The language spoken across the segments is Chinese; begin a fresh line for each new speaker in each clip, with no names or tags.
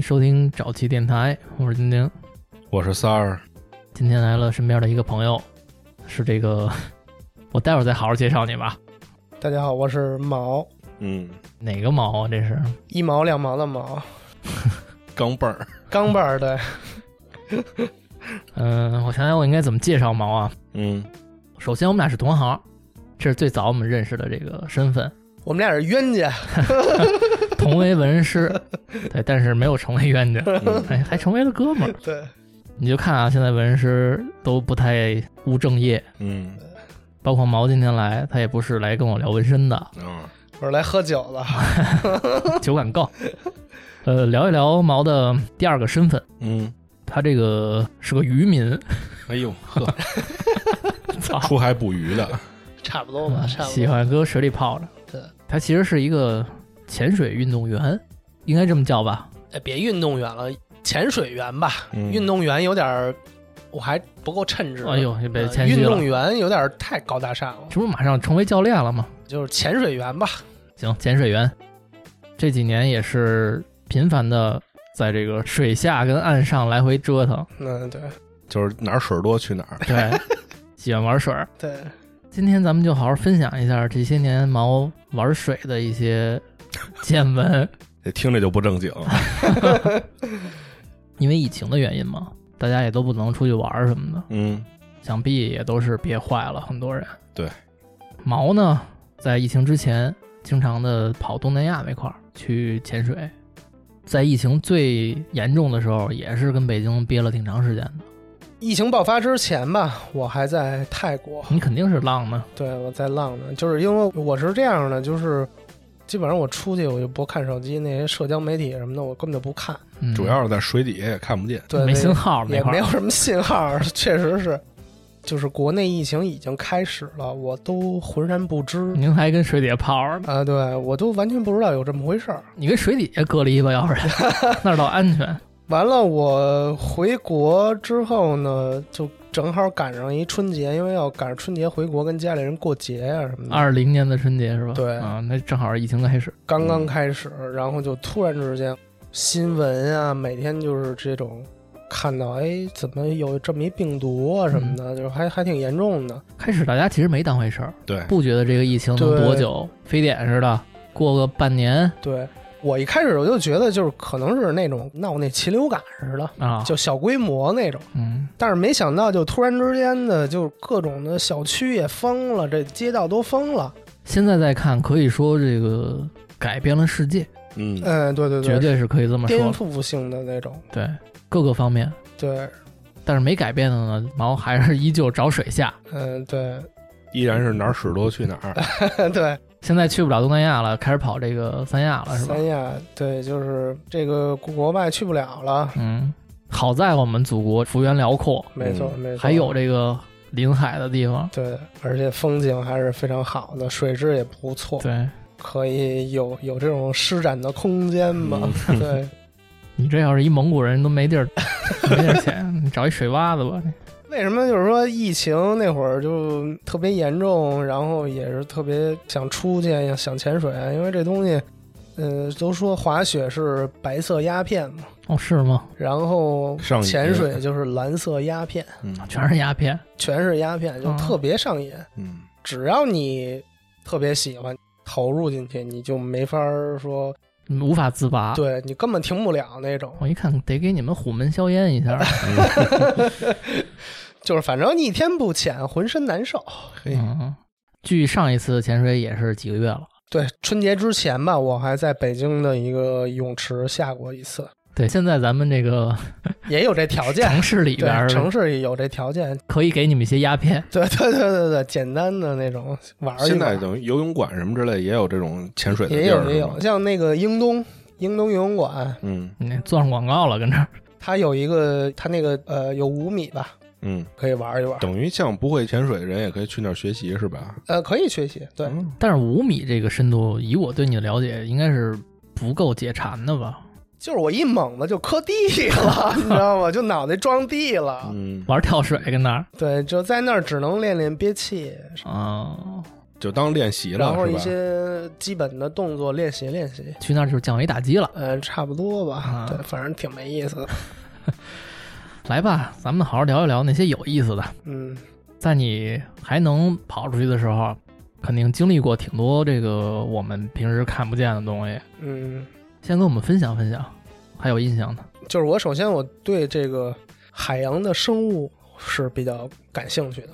收听早期电台，我是丁丁。
我是三儿，
今天来了身边的一个朋友，是这个， 我待会儿再好好介绍你吧。
大家好，我是毛，
嗯，
哪个毛啊？这是
一毛两毛的毛，
钢镚儿，
钢镚儿对，
嗯、我想想我应该怎么介绍毛啊？
嗯，
首先我们俩是同行，这是最早我们认识的这个身份，
我们俩是冤 家，
同为文师，对，但是没有成为冤家，
嗯
哎，还成为了哥们儿。
对，
你就看啊，现在文师都不太务正业，
嗯
包括毛今天来，他也不是来跟我聊纹身的，
啊，
我是来喝酒了，
酒感告。呃，聊一聊毛的第二个身份，
嗯，
他这个是个渔民，
哎呦呵，
操，
出海捕鱼的，
差不多吧，哦差
嗯
不
喜
多，
欢搁水里泡着。
对，
他其实是一个潜水运动员，应该这么叫吧？
哎，别运动员了，潜水员吧，
嗯
运动员有点儿，我还不够称职，
哎呦，你别
呃
谦虚
运
了
动，员有点儿太高大上了，
这不马上成为教练了吗？
就是潜水员吧，
行，潜水员这几年也是频繁的在这个水下跟岸上来回折腾，
嗯，对
就是哪儿水多去哪儿，
对，喜欢玩水儿。
对，
今天咱们就好好分享一下这些年毛玩水的一些见闻。
这听着就不正经，
因为疫情的原因嘛，大家也都不能出去玩儿什么的，
嗯
想必也都是憋坏了很多人。
对，
毛呢，在疫情之前，经常的跑东南亚那块儿去潜水，在疫情最严重的时候，也是跟北京憋了挺长时间的。
疫情爆发之前吧，我还在泰国，
你肯定是浪呢，
对我在浪呢，就是因为我是这样的，就是基本上我出去我就不看手机，那些社交媒体什么的我根本就不看，
嗯、
主要是在水底下也看不见，
对，
没
那
信号那
也
块
没有
儿。
什么信号， 确实是，就是国内疫情已经开始了，我都浑然不知
您还跟水底下泡着呢，
啊、对我都完全不知道有这么回事儿。
你跟水底下隔离吧， 要不然那儿倒安全。
完了，我回国之后呢，就正好赶上一春节，因为要赶上春节回国跟家里人过节啊什么的，
二零年的春节是吧？
对
啊，那正好是疫情开始。
刚刚开始，然后就突然之间新闻啊，每天就是这种。看到哎，怎么有这么一病毒啊什
嗯
么的，就还还挺严重的。
开始大家其实没当回事儿，
对，
不觉得这个疫情能
对
多久，非典似的，过个半年
对我一开始我就觉得就是可能是那种闹那禽流感似的，
啊，
就小规模那种，
嗯，
但是没想到就突然之间的，就各种的小区也封了，这街道都封了。
现在再看，可以说这个改变了世界，
嗯
嗯，对对
绝
对，
对是可以这么
颠
说，
覆性的那种。
对各个方面。
对，
但是没改变的呢，毛还是依旧找水下。
嗯，对嗯
依然是哪儿水多去哪儿，
对，
现在去不了东南亚了，开始跑这个三亚啊了，是吧
三？亚对，就是这个国外去不了了，
嗯，好在我们祖国幅员辽阔，
没错
嗯
没错。
还有这个临海的地方，
对，而且风景还是非常好的，水质也不错，
对。
可以有有这种施展的空间吧？
嗯
嗯
对，
你这要是一蒙古人都没地儿， 没地儿潜，你找一水洼子吧。
为什么就是说疫情那会儿就特别严重，然后也是特别想出去，想潜水，因为这东西，呃，都说滑雪是白色鸦片嘛，
哦，是吗？
然后
上瘾
潜水就是蓝色鸦片，
嗯
全是鸦片。
全是鸦片，就
嗯
特别上瘾。
嗯
只要你特别喜欢，投入进去，你就没法儿说，
你们无法自拔。
对你根本停不了那种。
我一看得给你们虎门销烟一下，
嗯
就是反正你一天不潜，浑身难受。
嘿，
嗯，距上一次潜水也是几个月了。
对，春节之前吧，我还在北京的一个泳池下过一次，
对，现在咱们这个
也有这条件。
城市里边
对，
儿
城市有这条件，
可以给你们一些鸦片，
对对对对对，简单的那种玩儿一
现在
玩
等于游泳馆什么之类也有这种潜水的
也
地儿，
有也有，
是吗，
像那个英东英东游泳馆，
嗯
你做上广告了，跟这儿
它有一个它那个呃有五米吧，
嗯，
可以玩一玩，
等于像不会潜水的人也可以去那儿学习是吧？
呃可以学习，对，
嗯
但是五米这个深度，以我对你的了解，应该是不够解馋的吧？
就是我一猛子就磕地 了，你知道吗？就脑袋撞地了，
嗯，
玩跳水跟那儿，
对，就在那儿只能练练憋气，
啊、
就当练习了，
然后
是
一
吧？
些基本的动作练习练习，
去那儿就是降维打击了。
呃，差不多吧，
啊
对，反正挺没意思的，
来吧，咱们好好聊一聊那些有意思的。
嗯，
在你还能跑出去的时候，肯定经历过挺多这个我们平时看不见的东西。
嗯，
先跟我们分享分享，还有印象的。
就是我首先我对这个海洋的生物是比较感兴趣的，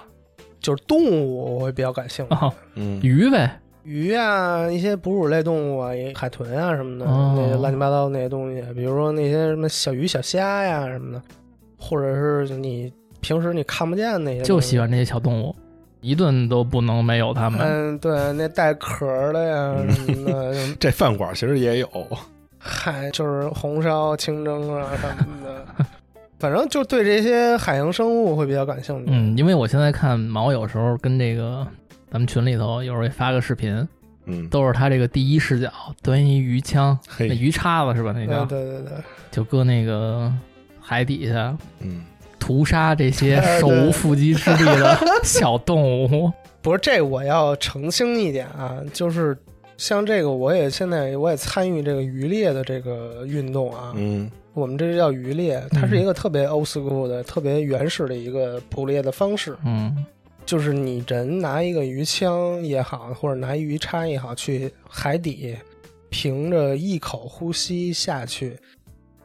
就是动物我会比较感兴趣，
哦，
嗯，
鱼呗，
鱼啊，一些哺乳类动物啊，也海豚啊什么的，
哦
那些乱七八糟那些东西，比如说那些什么小鱼、小虾呀、什么的，或者是你平时你看不见那些东西，
就喜欢这些小动物，一顿都不能没有它们。
嗯，对，那带壳儿的呀
嗯
什么的，就
这饭馆其实也有，
嗨，就是红烧、清蒸啊什 么的，反正就对这些海洋生物会比较感兴趣。
嗯，因为我现在看毛有时候跟这个咱们群里头有时候也发个视频，
嗯，
都是他这个第一视角端一鱼枪，那
嘿，
鱼叉子是吧？那
对
叫、
呃对对对，
就搁那个海底下
嗯，
屠杀这些
对
手无缚鸡之力的小动物。
不是这我要澄清一点啊，就是像这个，我也现在我也参与这个渔猎的这个运动啊，
嗯，
我们这叫渔猎，它是一个特别 old school 的、特别原始的一个捕猎的方式，
嗯，
就是你人拿一个鱼枪也好，或者拿一鱼叉也好，去海底，凭着一口呼吸下去，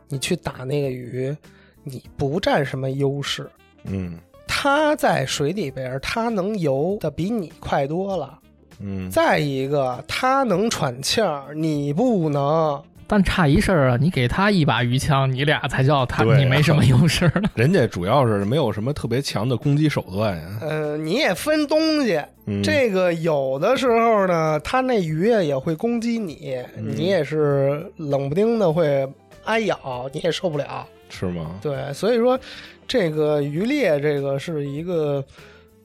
你去打那个鱼，你不占什么优势。
嗯，
它在水里边，它能游的比你快多了。
嗯，
再一个，它能喘气儿，你不能。
但差一事儿啊，你给他一把鱼枪，你俩才叫他，
对啊
你没什么优 势呢。
嗯人家主要是没有什么特别强的攻击手段呀，
呃，你也分东西，
嗯，
这个有的时候呢，它那鱼也会攻击你，
嗯
你也是冷不丁的会挨咬，你也受不了。
是吗？
对，所以说这个渔猎这个是一个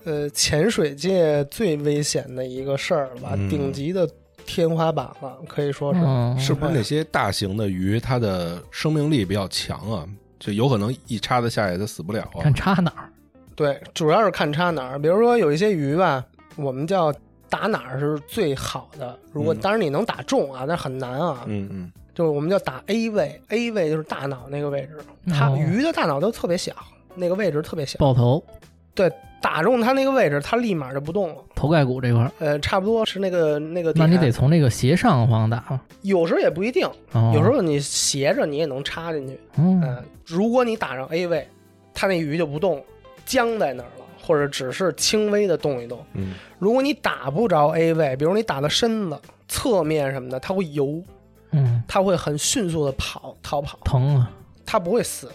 呃潜水界最危险的一个事儿了吧，
嗯
顶级的天花板了，可以说是。
嗯，
是不是那些大型的鱼，它的生命力比较强啊？就有可能一叉子下去它死不了啊
看？插哪儿？
对，主要是看差哪儿。比如说有一些鱼吧，我们叫打哪儿是最好的。如果
嗯
当然你能打中啊，那很难啊。
嗯嗯，
就是我们叫打 A 位，A 位就是大脑那个位置，它
哦
鱼的大脑都特别小，那个位置特别小，
爆头、
对，打中它那个位置，它立马就不动了。
头盖骨这块儿，
呃，差不多是那个那个点。
那你得从这个斜上方打。
有时候也不一定，
哦、
有时候你斜着你也能插进去。
嗯，
嗯、如果你打上 A 位，它那鱼就不动，僵在那儿了，或者只是轻微的动一动。
嗯，
如果你打不着 A 位，比如你打到身子、侧面什么的，它会游，
嗯，
它会很迅速的跑逃跑，
疼啊，
它不会死，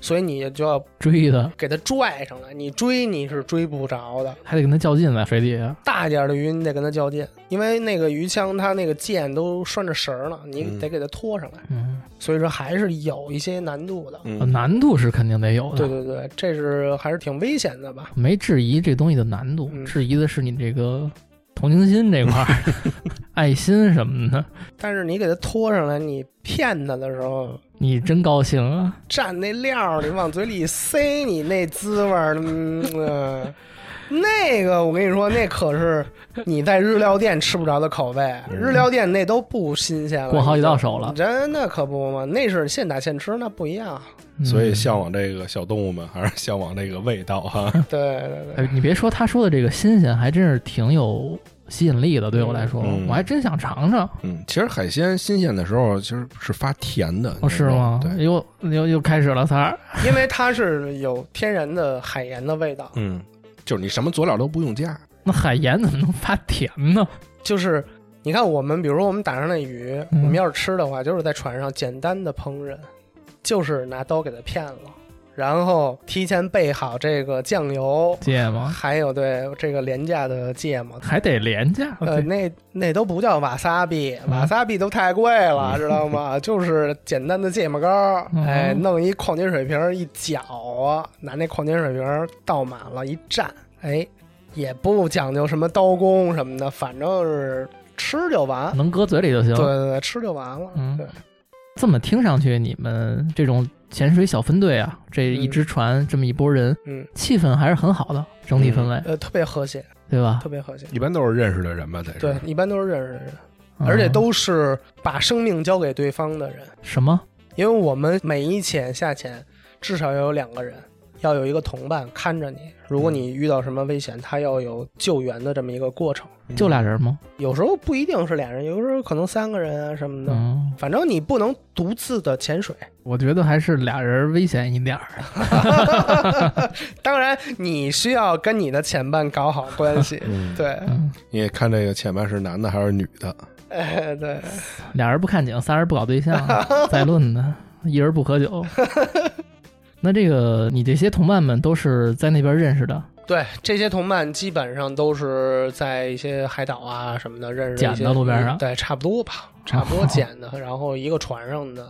所以你就要
追的
给它拽上来。你追你是追不着的，
还得跟他较劲在水底下。
大点儿的鱼你得跟它较劲，因为那个鱼枪它那个箭都拴着绳儿呢，你
嗯
得给它拖上来。
嗯，
所以说还是有一些难度的。
呃
嗯
难度是肯定得有的。
对对对，这是还是挺危险的吧？
没质疑这东西的难度，
嗯
质疑的是你这个同情心这块儿、 爱心什么的。
但是你给它拖上来，你骗它的时候，
你真高兴啊！
蘸那料儿，你往嘴里塞，你那滋味儿，嗯、 呃那个我跟你说，那可是你在日料店吃不着的口味，
嗯
日料店那都不新鲜了，
过好几道手了
真的可不嘛，那是现打现吃，那不一样。
嗯
所以向往这个小动物们，还是向往这个味道哈、
对对对，
哎，你别说他说的这个新鲜，还真是挺有吸引力的。对我来说，
嗯
我还真想尝尝。
嗯，其实海鲜新鲜的时候其实是发甜的，
哦，是吗？
嗯对，
又又又开始了，三儿。
因为它是有天然的海盐的味道，
嗯，就是你什么佐料都不用加，
那海盐怎么能发甜呢？
就是你看我们，比如说我们打上那鱼，
嗯
我们要是吃的话，就是在船上简单的烹饪，就是拿刀给它片了，然后提前备好这个酱油，
芥末
还有对这个廉价的芥末。
还得廉价。对
呃，那那都不叫瓦萨比，
嗯
瓦萨比都太贵了，
嗯
知道吗？就是简单的芥末膏，
嗯
哎，弄一矿泉水瓶儿一搅啊，拿那矿泉水瓶儿倒满了，一蘸，哎，也不讲究什么刀工什么的，反正是吃就完。
能搁嘴里就行。
对对对，吃就完了。
嗯
对，
这么听上去，你们这种潜水小分队啊，这一支船、这么一拨人，
嗯，
气氛还是很好的，整体氛围。
呃，特别和谐。
对吧？
特别可惜。
一般都是认识的人吧，得是。
对，一般都是认识的人，
嗯
而且都是把生命交给对方的人，
什么？
因为我们每一潜下潜至少要有两个人，要有一个同伴看着你。如果你遇到什么危险，他要有救援的这么一个过程。
就俩人吗？
有时候不一定是俩人，有时候可能三个人啊什么的。
嗯，
反正你不能独自的潜水。
我觉得还是俩人危险一点儿。
当然，你需要跟你的前伴搞好关系
嗯，
对，
嗯，
你也看这个前面是男的还是女的，
哎，对，
俩人不看景，仨人不搞对 象，再论呢，一人不喝酒。那这个你这些同伴们都是在那边认识的，
对，这些同伴基本上都是在一些海岛啊什么的认识的一些嗯
捡的路边上
对，差不 多吧，差不多捡的，然后一个船上的，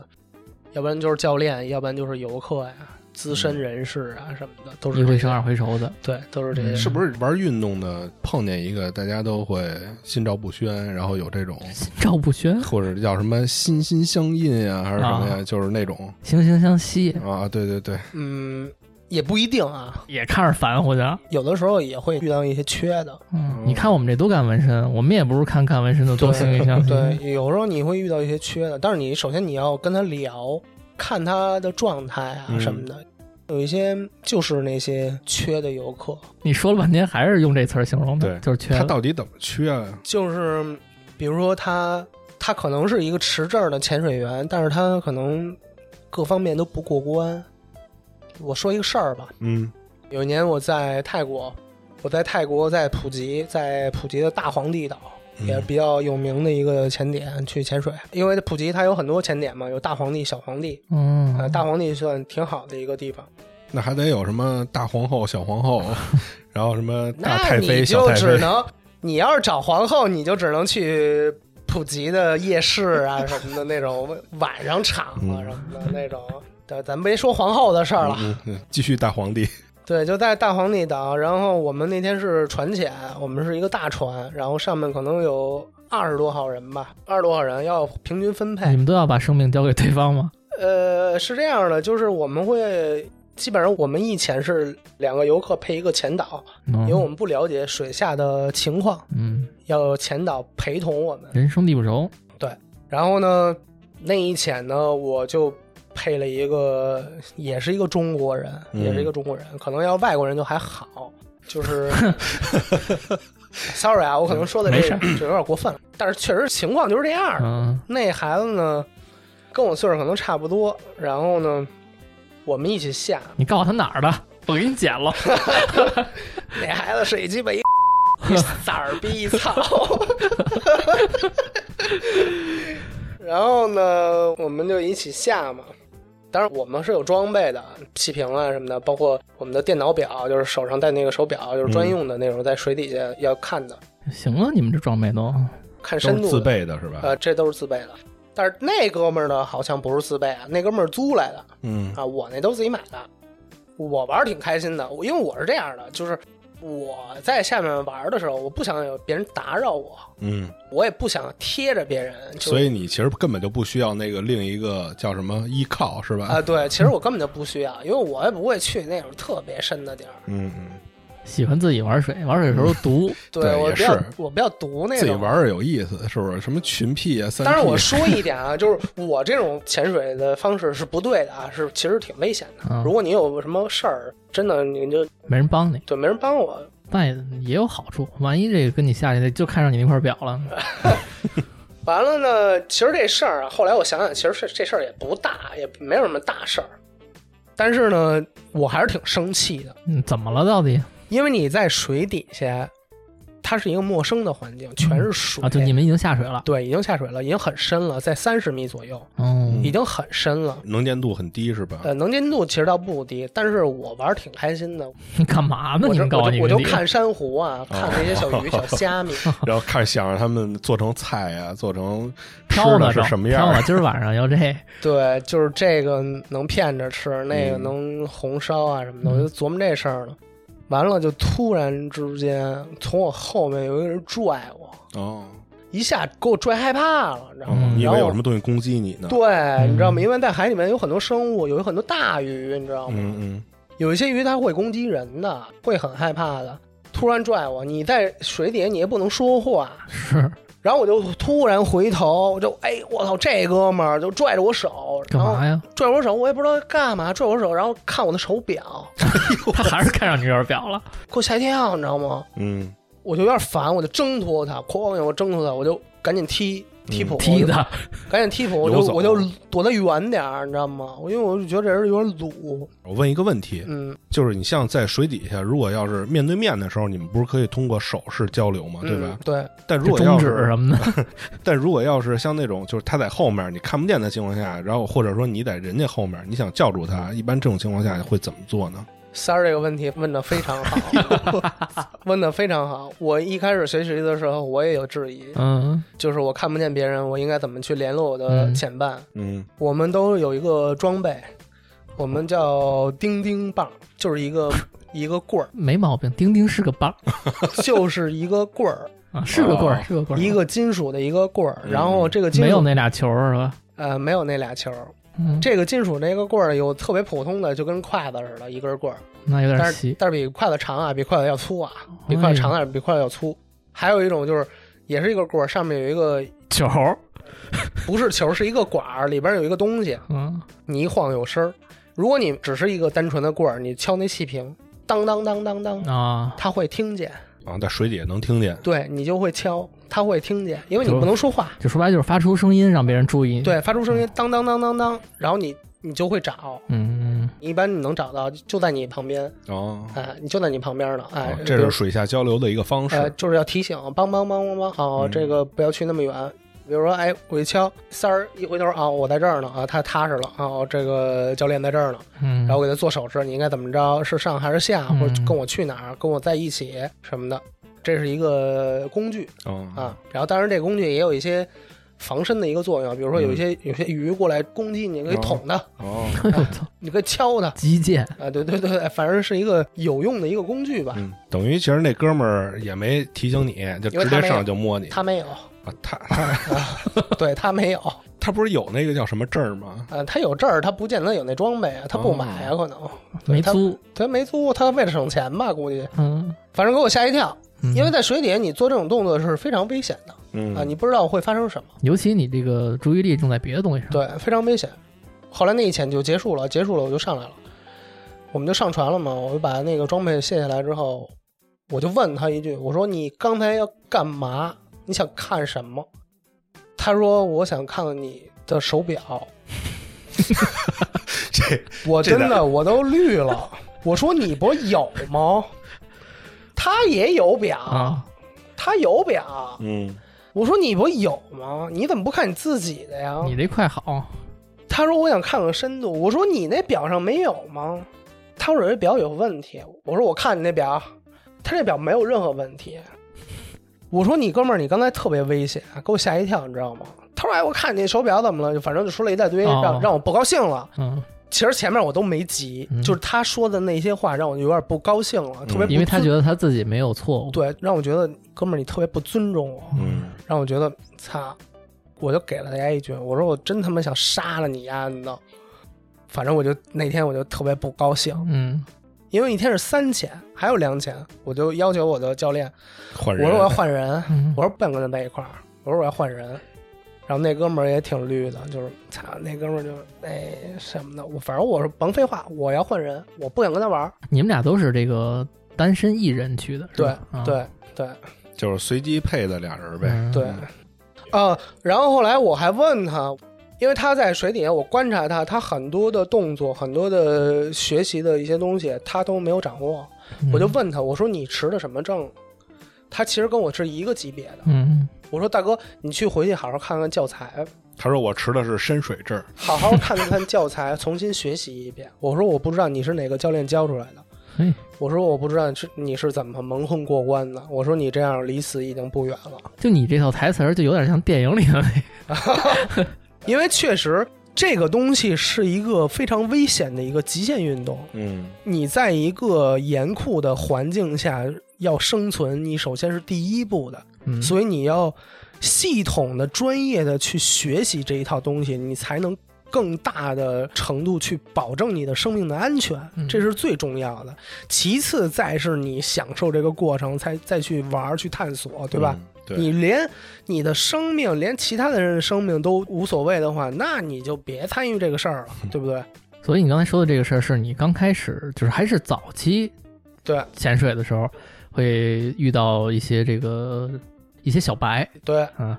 要不然就是教练，要不然就是游客呀、资深人士啊什么的，都是
一
这
回
些
生二回熟的。
对，都是这
嗯
些。
是不是玩运动的碰见一个，大家都会心照不宣，然后有这种
心照不宣，
或者叫什么心心相印啊，还是什么呀？就是那种
惺惺相惜，
啊，对对对，
嗯，也不一定啊，
也看着烦乎着。
有的时候也会遇到一些缺的。
嗯，你看我们这都干纹身，我们也不是看干纹身的多
对
惺惺相惜。
对，有时候你会遇到一些缺的，但是你首先你要跟他聊，看他的状态啊
嗯
什么的。有一些就是那些缺的游客，
你说了半天还是用这词儿形容的，
对
就是缺
他
了。
到底怎么缺啊？
就是比如说他他可能是一个持证的潜水员，但是他可能各方面都不过关。我说一个事儿吧，
嗯
有一年我在泰国，我在泰国在普吉，在普吉的大皇帝岛。
嗯
也是比较有名的一个潜点去潜水，因为普吉它有很多潜点嘛，有大皇帝、小皇帝，
嗯，
呃，大皇帝算挺好的一个地方。
那还得有什么大皇后、小皇 后，然后什么大
那
啊太妃、
你
小
就
太
只
妃，嗯
能，你要是找皇后，你就只能去普吉的夜市啊什么的那种晚上场啊
嗯
什么的那种。对，咱别说皇后的事儿了。
嗯嗯继续大皇帝，
对，就在大皇帝岛，然后我们那天是船潜，我们是一个大船，然后上面可能有二十多号人吧，二十多号人要平均分配
嗯
你。们都要把生命交给对方吗？
呃，是这样的，就是我们会基本上我们一潜是两个游客配一个潜导，
嗯
因为我们不了解水下的情况，
嗯，
要有潜导陪同我们。
人生地不熟，
然后呢，那一潜呢，我就配了一个，也是一个中国人，
嗯
也是一个中国人，可能要外国人就还好， 就是。Sorry 啊，我可能说的这
没事
个就有点过分了，但是确实情况就是这样的。
嗯
那孩子呢，跟我岁数可能差不多，然后呢，我们一起下。
你告诉他哪儿的，我给你剪了。
那孩子是一 鸡巴一一色儿逼操。然后呢，我们就一起下嘛。当然，我们是有装备的，气瓶啊什么的，包括我们的电脑表，就是手上戴那个手表，就是
嗯
专用的那种，在水底下要看的，
行啊了，你们这装备都，
嗯看
都
深
是
度的。
自备的是吧？
呃，这都是自备的。但是那哥们儿呢，好像不是自备啊，那哥们儿租来的。
嗯
啊，我那都是自己买的，我玩儿挺开心的，我因为我是这样的，就是我在下面玩儿的时候，我不想有别人打扰我，
嗯，
我也不想贴着别人，就
所以你其实根本就不需要那个另一个叫什么依靠是吧？
啊，对，其实我根本就不需要，因为我也不会去那种特别深的地儿，
嗯嗯，
喜欢自己玩水，玩水的时候 毒，
对
对
我
也
比较
是
我比较毒那种，
自己玩儿有意思是不是？什么群 P 啊、三 P，
但是我说一点啊，就是我这种潜水的方式是不对的啊，是其实挺危险的。
嗯
如果你有什么事儿，真的你就
没人帮你，
对没人帮我，
但也也有好处。万一这个跟你下去就看上你那块表了，
完了呢，其实这事儿啊，后来我想想，其实这这事儿也不大，也没有什么大事儿。但是呢，我还是挺生气的，
嗯，怎么了到底
因为你在水底下，它是一个陌生的环境，全是水。
啊？就你们已经下水了，
对，已经下水了，已经很深了，在三十米左右，
哦，
已经很深了。
能见度很低是吧？
嗯
呃，能见度其实倒不低，但是我玩儿挺开心的。
你干嘛呢？
我
你
就
们告
我
诉
就
你
我就
们
看珊瑚啊，看那些小 鱼、小虾米。
然后看想让他们做成菜啊，做成吃
飘
的
着
是
着
什么样
飘
儿
着，今儿晚上要这，
对，就是这个能骗着吃，那个
嗯
能红烧啊什么的，
嗯
我就琢磨这事儿呢。完了，就突然之间从我后面有一个人拽我，
哦，
一下给我拽害怕了，你知道吗？
嗯
你以
然后
为有什么东西攻击你呢？
对，你知道吗？
嗯
因为在海里面有很多生物，有很多大鱼，你知道吗？
嗯嗯
有一些鱼它会攻击人的，会很害怕的。突然拽我，你在水底下你也不能说话，
是
然后我就突然回头，就哎，我操，这哥们儿就拽着我手，
干
然后
嘛呀？
拽我手，我也不知道干嘛，拽我手，然后看我的手表，哦
他还是看上你这表了，
给我吓一跳，你知道吗？
嗯，
我就有点烦，我就挣脱他，哐一下我挣脱他，我就赶紧踢踢谱，
踢
我
的，
就赶紧踢谱，我就
嗯游走
我就躲得远点儿，你知道吗？我因为我就觉得这人有点鲁，
我问一个问题，
嗯
就是你像在水底下，如果要是面对面的时候，你们不是可以通过手势交流吗？哦对吧
嗯？对，
但如
这
果
中
要
指
是
什么的，
但如果要是像那种就是他在后面你看不见的情况下，然后或者说你在人家后面，你想叫住他，一般这种情况下会怎么做呢？
三儿这个问题问的非常好， 问的非常好。我一开始学习的时候，我也有质疑，
嗯，
就是我看不见别人，我应该怎么去联络我的
嗯
潜伴？
嗯，
我们都有一个装备，我们叫钉钉棒，就是 一个一个棍儿，
没毛病。钉钉是个棒
就是一个棍儿，
啊，是个棍儿，
哦
是个 棍儿，
一个金属的一个棍儿。
嗯
然后这个金
没有
属
那俩球儿是吧？
呃没有那俩球儿，
嗯，
这个金属那个棍儿有特别普通的，就跟筷子似的，一根棍儿，
那有点
但是
细，
但是比筷子长啊，比筷子要粗啊，比
哎
筷子
呦
长点，比筷子要粗。还有一种就是也是一个棍儿，上面有一个
球儿，
不是球，是一个管儿，里边有一个东西，
嗯，
你一晃有声儿。如果你只是一个单纯的棍儿，你敲那气瓶，当当当当当，
啊，
他会听见，
啊，在水底下能听见，
对你就会敲，他会听见，因为你
就
不能说话，
就说白了就是发出声音让别人注意。，
对，发出声音当当当当当，然后你你就会找，
嗯，
一般你能找到就在你旁边，
哦，
哎、你就在你旁边呢，哎、
啊
比
这
如
是水下交流的一个方
呃，
式。
就是要提醒，帮帮帮帮帮，哦，
嗯
这个不要去那么远。比如说，哎，我一敲三儿，一回头啊，我在这儿呢啊，他踏实了啊，哦这个教练在这儿呢，
嗯，
然后我给他做手势，你应该怎么着？是上还是下，
嗯
或者跟我去哪儿，跟我在一起什么的，这是一个工具
啊
嗯
啊。然后当然这工具也有一些防身的一个作用，比如说
嗯
有一些、有些鱼过来攻击你，你可以捅它，
哦，
哎 呦我操，
你可以敲它
击剑，
啊，对对对，反正是一个有用的一个工具吧。
嗯，等于其实那哥们儿也没提醒你，就
因
直
为他
接
没有
上来就摸你。
他没有，
啊他他
对他没有，
他不是有那个叫什么证儿吗？
啊，他有证儿，他不见得有那装备
哦
啊，他不买啊，可能
没
他
租，
他没租，他为了省钱吧，估计，
嗯，
反正给我吓一跳，
嗯
因为在水底下你做这种动作是非常危险的
嗯
啊，你不知道会发生什么。
尤其你这个注意力用在别的东西上，
对，非常危险。后来那一潜就结束了，结束了我就上来了，我们就上船了嘛。我就把那个装备卸下来之后，我就问他一句：“我说你刚才要干嘛？你想看什么？”他说：“我想看看你的手表。
这”
我
这
真
哪
的我都绿了。我说：“你不是有吗？”他也有表，
啊，
他有表。
嗯
我说：“你不是有吗？你怎么不看你自己的呀？”
你这快好，
他说我想看看深度，我说你那表上没有吗？他说这表有问题，我说我看你那表，啊他这表没有任何问题。我说你哥们儿，你刚才特别危险，给我吓一跳，你知道吗？他说哎，我看你那手表怎么了？就反正就说了一大堆，
哦
让让我不高兴了。
嗯，
其实前面我都没急，
嗯
就是他说的那些话让我有点不高兴了，特别不
因为他
尊
觉得他自己没有错误，
对，让我觉得哥们儿你特别不尊重我，
嗯，
让我觉得擦，我就给了大家一句，我说我真他妈想杀了你丫的！反正我就那天我就特别不高兴，
嗯，
因为一天是三千，还有两千，我就要求我的教练，
换
我
人
说我要换人，
嗯
我说不想跟他在一块儿，我说我要换人。然后那哥们儿也挺绿的，就是操那哥们儿就哎什么的，我反正我说甭废话，我要换人，我不想跟他玩儿。
你们俩都是这个单身一人去的，是
对、
吧啊
对对
就是随机配的俩人呗。
嗯
对，啊，然后后来我还问他，因为他在水底下，我观察他，他很多的动作，很多的学习的一些东西，他都没有掌握。
嗯
我就，问他，我说你持的什么证？他其实跟我是一个级别的。
嗯
我说大哥，你去回去好好看看教材，
他说我持的是深水证儿，
好好看看 教材，重新学习一遍。我说我不知道你是哪个教练教出来的
嘿。
我说我不知道你是你是怎么蒙混过关的。我说你这样离死已经不远了。
嗯，就你这套台词儿就有点像电影里的 那，
因为确实这个东西是一个非常危险的一个极限运动。
嗯
你在一个严酷的环境下要生存，你首先是第一步的，
嗯，
所以你要系统的、专业的去学习这一套东西，你才能更大的程度去保证你的生命的安全
嗯，
这是最重要的。其次，再是你享受这个过程，才再去玩儿去探索，
嗯
对吧？？
对，
嗯你连你的生命，连其他的人的生命都无所谓的话，那你就别参与这个事儿了，对不对？
所以你刚才说的这个事儿，是你刚开始就是还是早期
对
潜水的时候，会遇到一些这个一些小白
对，
啊，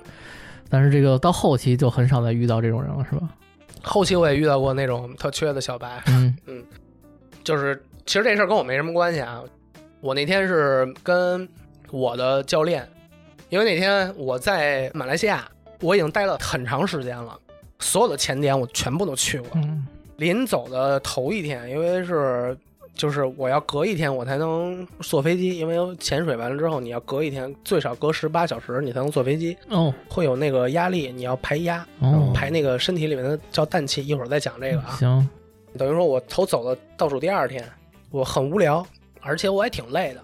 但是这个到后期就很少再遇到这种人了，是吧？
后期我也遇到过那种特缺的小白，
嗯
就是其实这事儿跟我没什么关系啊。我那天是跟我的教练，因为那天我在马来西亚，我已经待了很长时间了，所有的潜点我全部都去过。
嗯
临走的头一天，因为是就是我要隔一天我才能坐飞机，因为潜水完了之后你要隔一天，最少隔十八小时你才能坐飞机，
哦
会有那个压力，你要排压，
哦，
排那个身体里面的叫氮气，一会儿再讲这个啊。
行，
等于说我头走的倒数第二天，我很无聊，而且我还挺累的。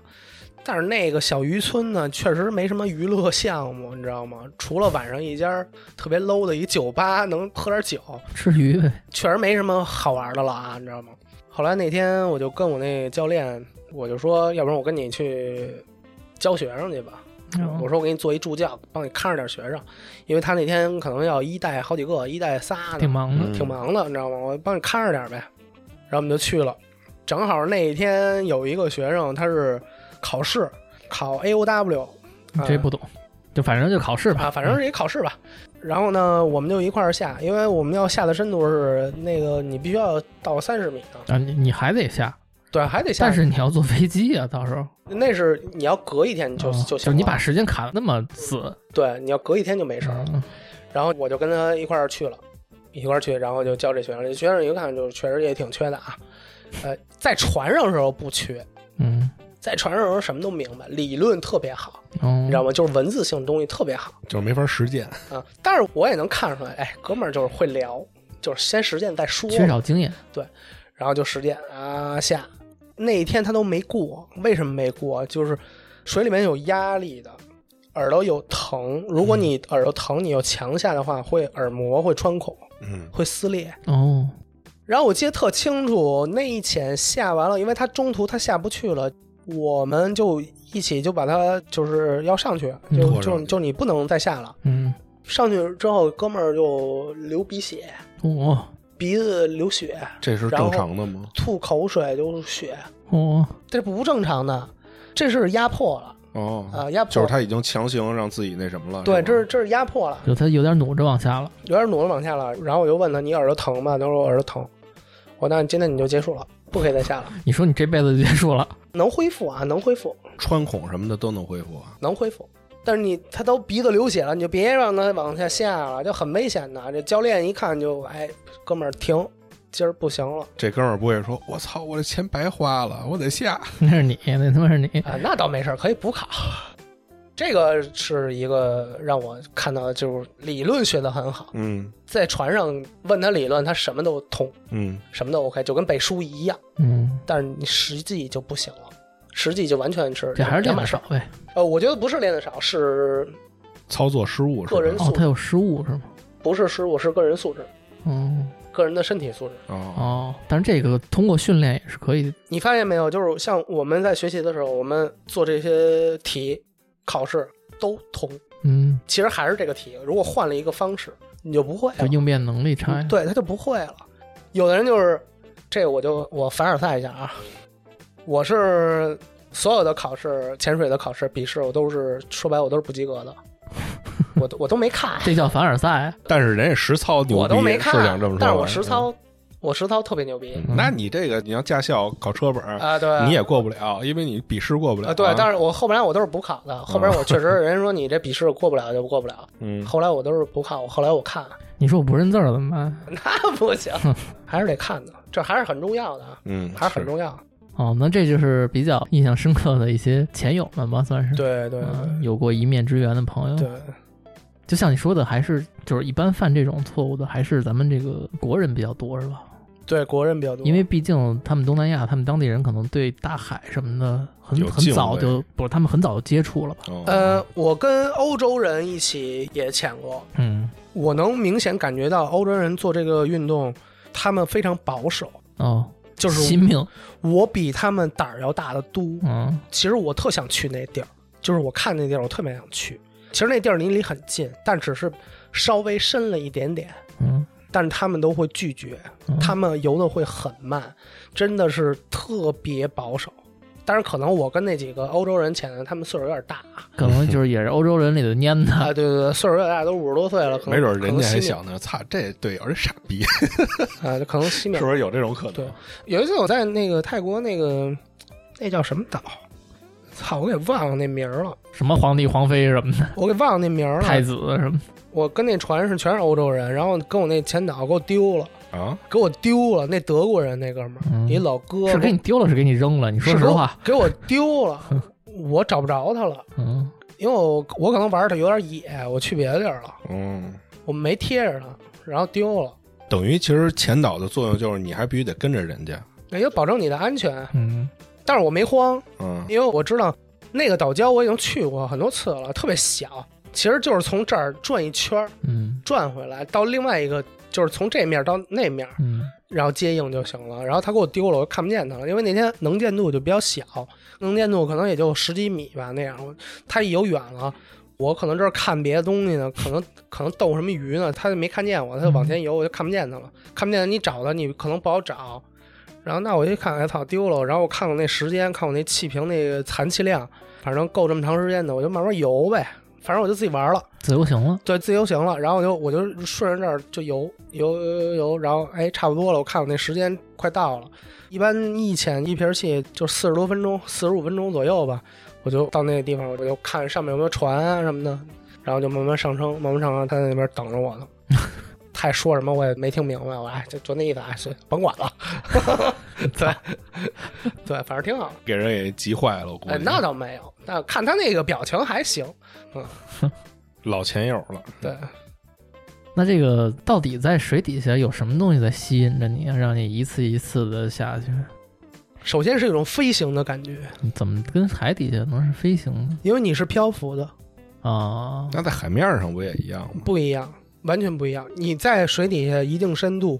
但是那个小渔村呢，确实没什么娱乐项目，你知道吗？除了晚上一家特别 low 的一酒吧能喝点酒，
吃鱼呗，
确实没什么好玩的了啊，你知道吗？后来那天我就跟我那教练，我就说，要不然我跟你去教学生去吧。
哦
我说我给你做一助教，帮你看着点学生，因为他那天可能要一带好几个，一带仨呢，
挺忙的，
嗯
挺忙的，你知道吗？我帮你看着点呗。然后我们就去了，正好那一天有一个学生他是考试，考 AOW，啊
这不懂，就反正就考试吧，
啊，反正是一考试吧。然后呢，我们就一块儿下，因为我们要下的深度是那个你必须要到三十米呢，
啊，你你还得下，
对，还得下。
但是你要坐飞机啊，到时候
那是你要隔一天就、
哦
就
就
行
是
了，
你把时间卡得那么死，
对，你要隔一天就没事儿了。
嗯
然后我就跟他一块儿去了，一块儿去，然后就教这学生。这学生一看就确实也挺缺的啊，呃，在船上的时候不缺，
嗯，
在船上的时候什么都明白，理论特别好，
哦，
你知道吗？就是文字性的东西特别好
就是没法实践。
啊。但是我也能看出来，哎，哥们儿就是会聊，就是先实践再说，
缺少经验，
然后就实践啊下。那一天他都没过，为什么没过？就是水里面有压力的，耳朵有疼。如果你耳朵疼，你有强下的话，会耳膜会穿孔，
嗯，
会撕裂。
哦，
然后我记得特清楚，那一潜下完了，因为他中途他下不去了，我们就一起就把他就是要上去，就
拖上
就
去
就你不能再下了。
嗯，
上去之后，哥们儿就流鼻血，
哦
鼻子流血，
这是正常的吗？
吐口水流血，
哦，
这不正常的，这是压迫了
哦，
啊，压迫
就是他已经强行让自己那什么了。
对，
吧
这是这是压迫了，
就他有点努着往下了，
有点努着往下了。然后我就问他，你耳朵疼吗？他说我耳朵疼。我那今天你就结束了，不可以再下了，
你说你这辈子就结束了，
能恢复啊，能恢复，
穿孔什么的都能恢复啊。
能恢复。但是你他都鼻子流血了，你就别让他往下下了，就很危险的。这教练一看就，哎，哥们儿停，今儿不行了
这哥们儿不会说：“我操，我这钱白花了，我得下。
那是你，那他妈是你，
啊，那倒没事儿，可以补考。这个是一个让我看到，就是理论学得很好，”
嗯
在船上问他理论，他什么都通，
嗯，
什么都 OK，就跟背书一样。
嗯，
但是你实际就不行了，实际就完全是
这还是练
两码
的
事
少
儿。
呗，
呃，我觉得不是练的少，是
操作失误是
个人
吧？
哦，他有失误是吗？
不是失误？是个人素质，
哦
个人的身体素质。
哦，
哦，但是这个通过训练也是可以，
你发现没有？就是像我们在学习的时候，我们做这些题、考试都通，
嗯，
其实还是这个题。如果换了一个方式，你就不会
就
了。
应变能力差
嗯，对，他就不会了。有的人就是，这我就我凡尔赛一下啊，我是所有的考试、潜水的考试、笔试，我都是说白了，我都是不及 格的，我都我都没看，
这叫凡尔赛，啊
但是人家实操牛逼，
我都没
是
看
想这么说吧，
但是我实操，我实操特别牛逼
嗯。那你这个你要驾校考车本儿，
啊，对，
嗯你也过不了，因为你笔试过不了
啊
啊。
对，但是我后边我都是补考的，后边我确实人家说你这笔试过不了就过不了，
嗯，
后来我都是补考，后来我 看
你说我不认字儿怎么办？
那不行，还是得看的，这还是很重要的啊，
嗯，
还是很
是
重要。
哦，那这就是比较印象深刻的一些前友们吧，算是
对对
嗯，有过一面之缘的朋
对
友，
对。
就像你说的，还是就是一般犯这种错误的，还是咱们这个国人比较多，是吧？
对国人比较多，
因为毕竟他们东南亚，他们当地人可能对大海什么的很
有
很
敬
早
畏
就不是，他们很早就接触了吧？
哦
呃，我跟欧洲人一起也潜过，
嗯，
我能明显感觉到欧洲人做这个运动，他们非常保守，
哦，
就
新
是
命，
我比他们胆儿要大得多。
嗯
其实我特想去那地儿，就是我看那地儿，我特别想去。其实那地儿离你很近，但只是稍微深了一点点，
嗯，
但是他们都会拒绝，
嗯
他们游的会很慢，真的是特别保守。但是可能我跟那几个欧洲人潜的，他们岁数有点大啊，
可能就是也是欧洲人里的蔫的，
对对对，岁数有点大，都五十多岁了，可能
没准人家还
可能心里
想呢，操，这队友是傻逼，
啊，可能西面
是不是有这种可能？
有一次我在那个泰国那个那叫什么岛，操，我给忘了那名儿了，
什么皇帝、皇妃什么的，
我给忘了那名儿
太
了。
子什么，
我跟那船是全是欧洲人，然后跟我那前导给我丢了，
啊，
给我丢了。那德国人那哥们儿，
嗯
一老哥
是给你丢了，是给你扔了？你说
是
实
给我
话，
给我 丢了，我找不着他了，
嗯，
因为我我可能玩的有点野，我去别的地儿了，
嗯，
我没贴着他，然后丢了。
等于其实前导的作用就是你还必须得跟着人家，
那也保证你的安全，
嗯，
但是我没慌，
嗯，
因为我知道那个岛礁我已经去过很多次了，特别小，其实就是从这儿转一圈儿，
嗯
转回来到另外一个，就是从这面到那面，
嗯
然后接应就行了。然后他给我丢了，我看不见他了，因为那天能见度就比较小，能见度可能也就十几米吧那样。我他一游远了，我可能这儿看别的东西呢，可能 可能逗什么鱼呢，他就没看见我，他就往前游，我就看不见他了。看不见他你找他，你可能不好找。然后那我一看，哎操，丢了。然后我看我那时间，看我那气瓶那个残气量，反正够这么长时间的，我就慢慢游呗。反正我就自己玩了，
自由行了，
对，自由行了，然后我就我就顺着这儿就游游游游游，然后哎，差不多了，我看我那时间快到了，一般一潜一瓶气就四十多分钟，四十五分钟左右吧，我就到那个地方，我就看上面有没有船啊什么的，然后就慢慢上升，慢慢上升，他在那边等着我 呢。他说什么我也没听明白，我哎就就那意思，哎，是甭管了。 对，对，反正挺好。
给人也急坏了，我估
哎
计，。
那倒没有，那看他那个表情还行。
老前友了，
对，
那这个到底在水底下有什么东西在吸引着你，啊让你一次一次的下去？
首先是一种飞行的感觉，
怎么跟海底下能是飞行呢？
因为你是漂浮的，
啊，
那在海面上不也一样吗？
不一样，完全不一样。你在水底下一定深度，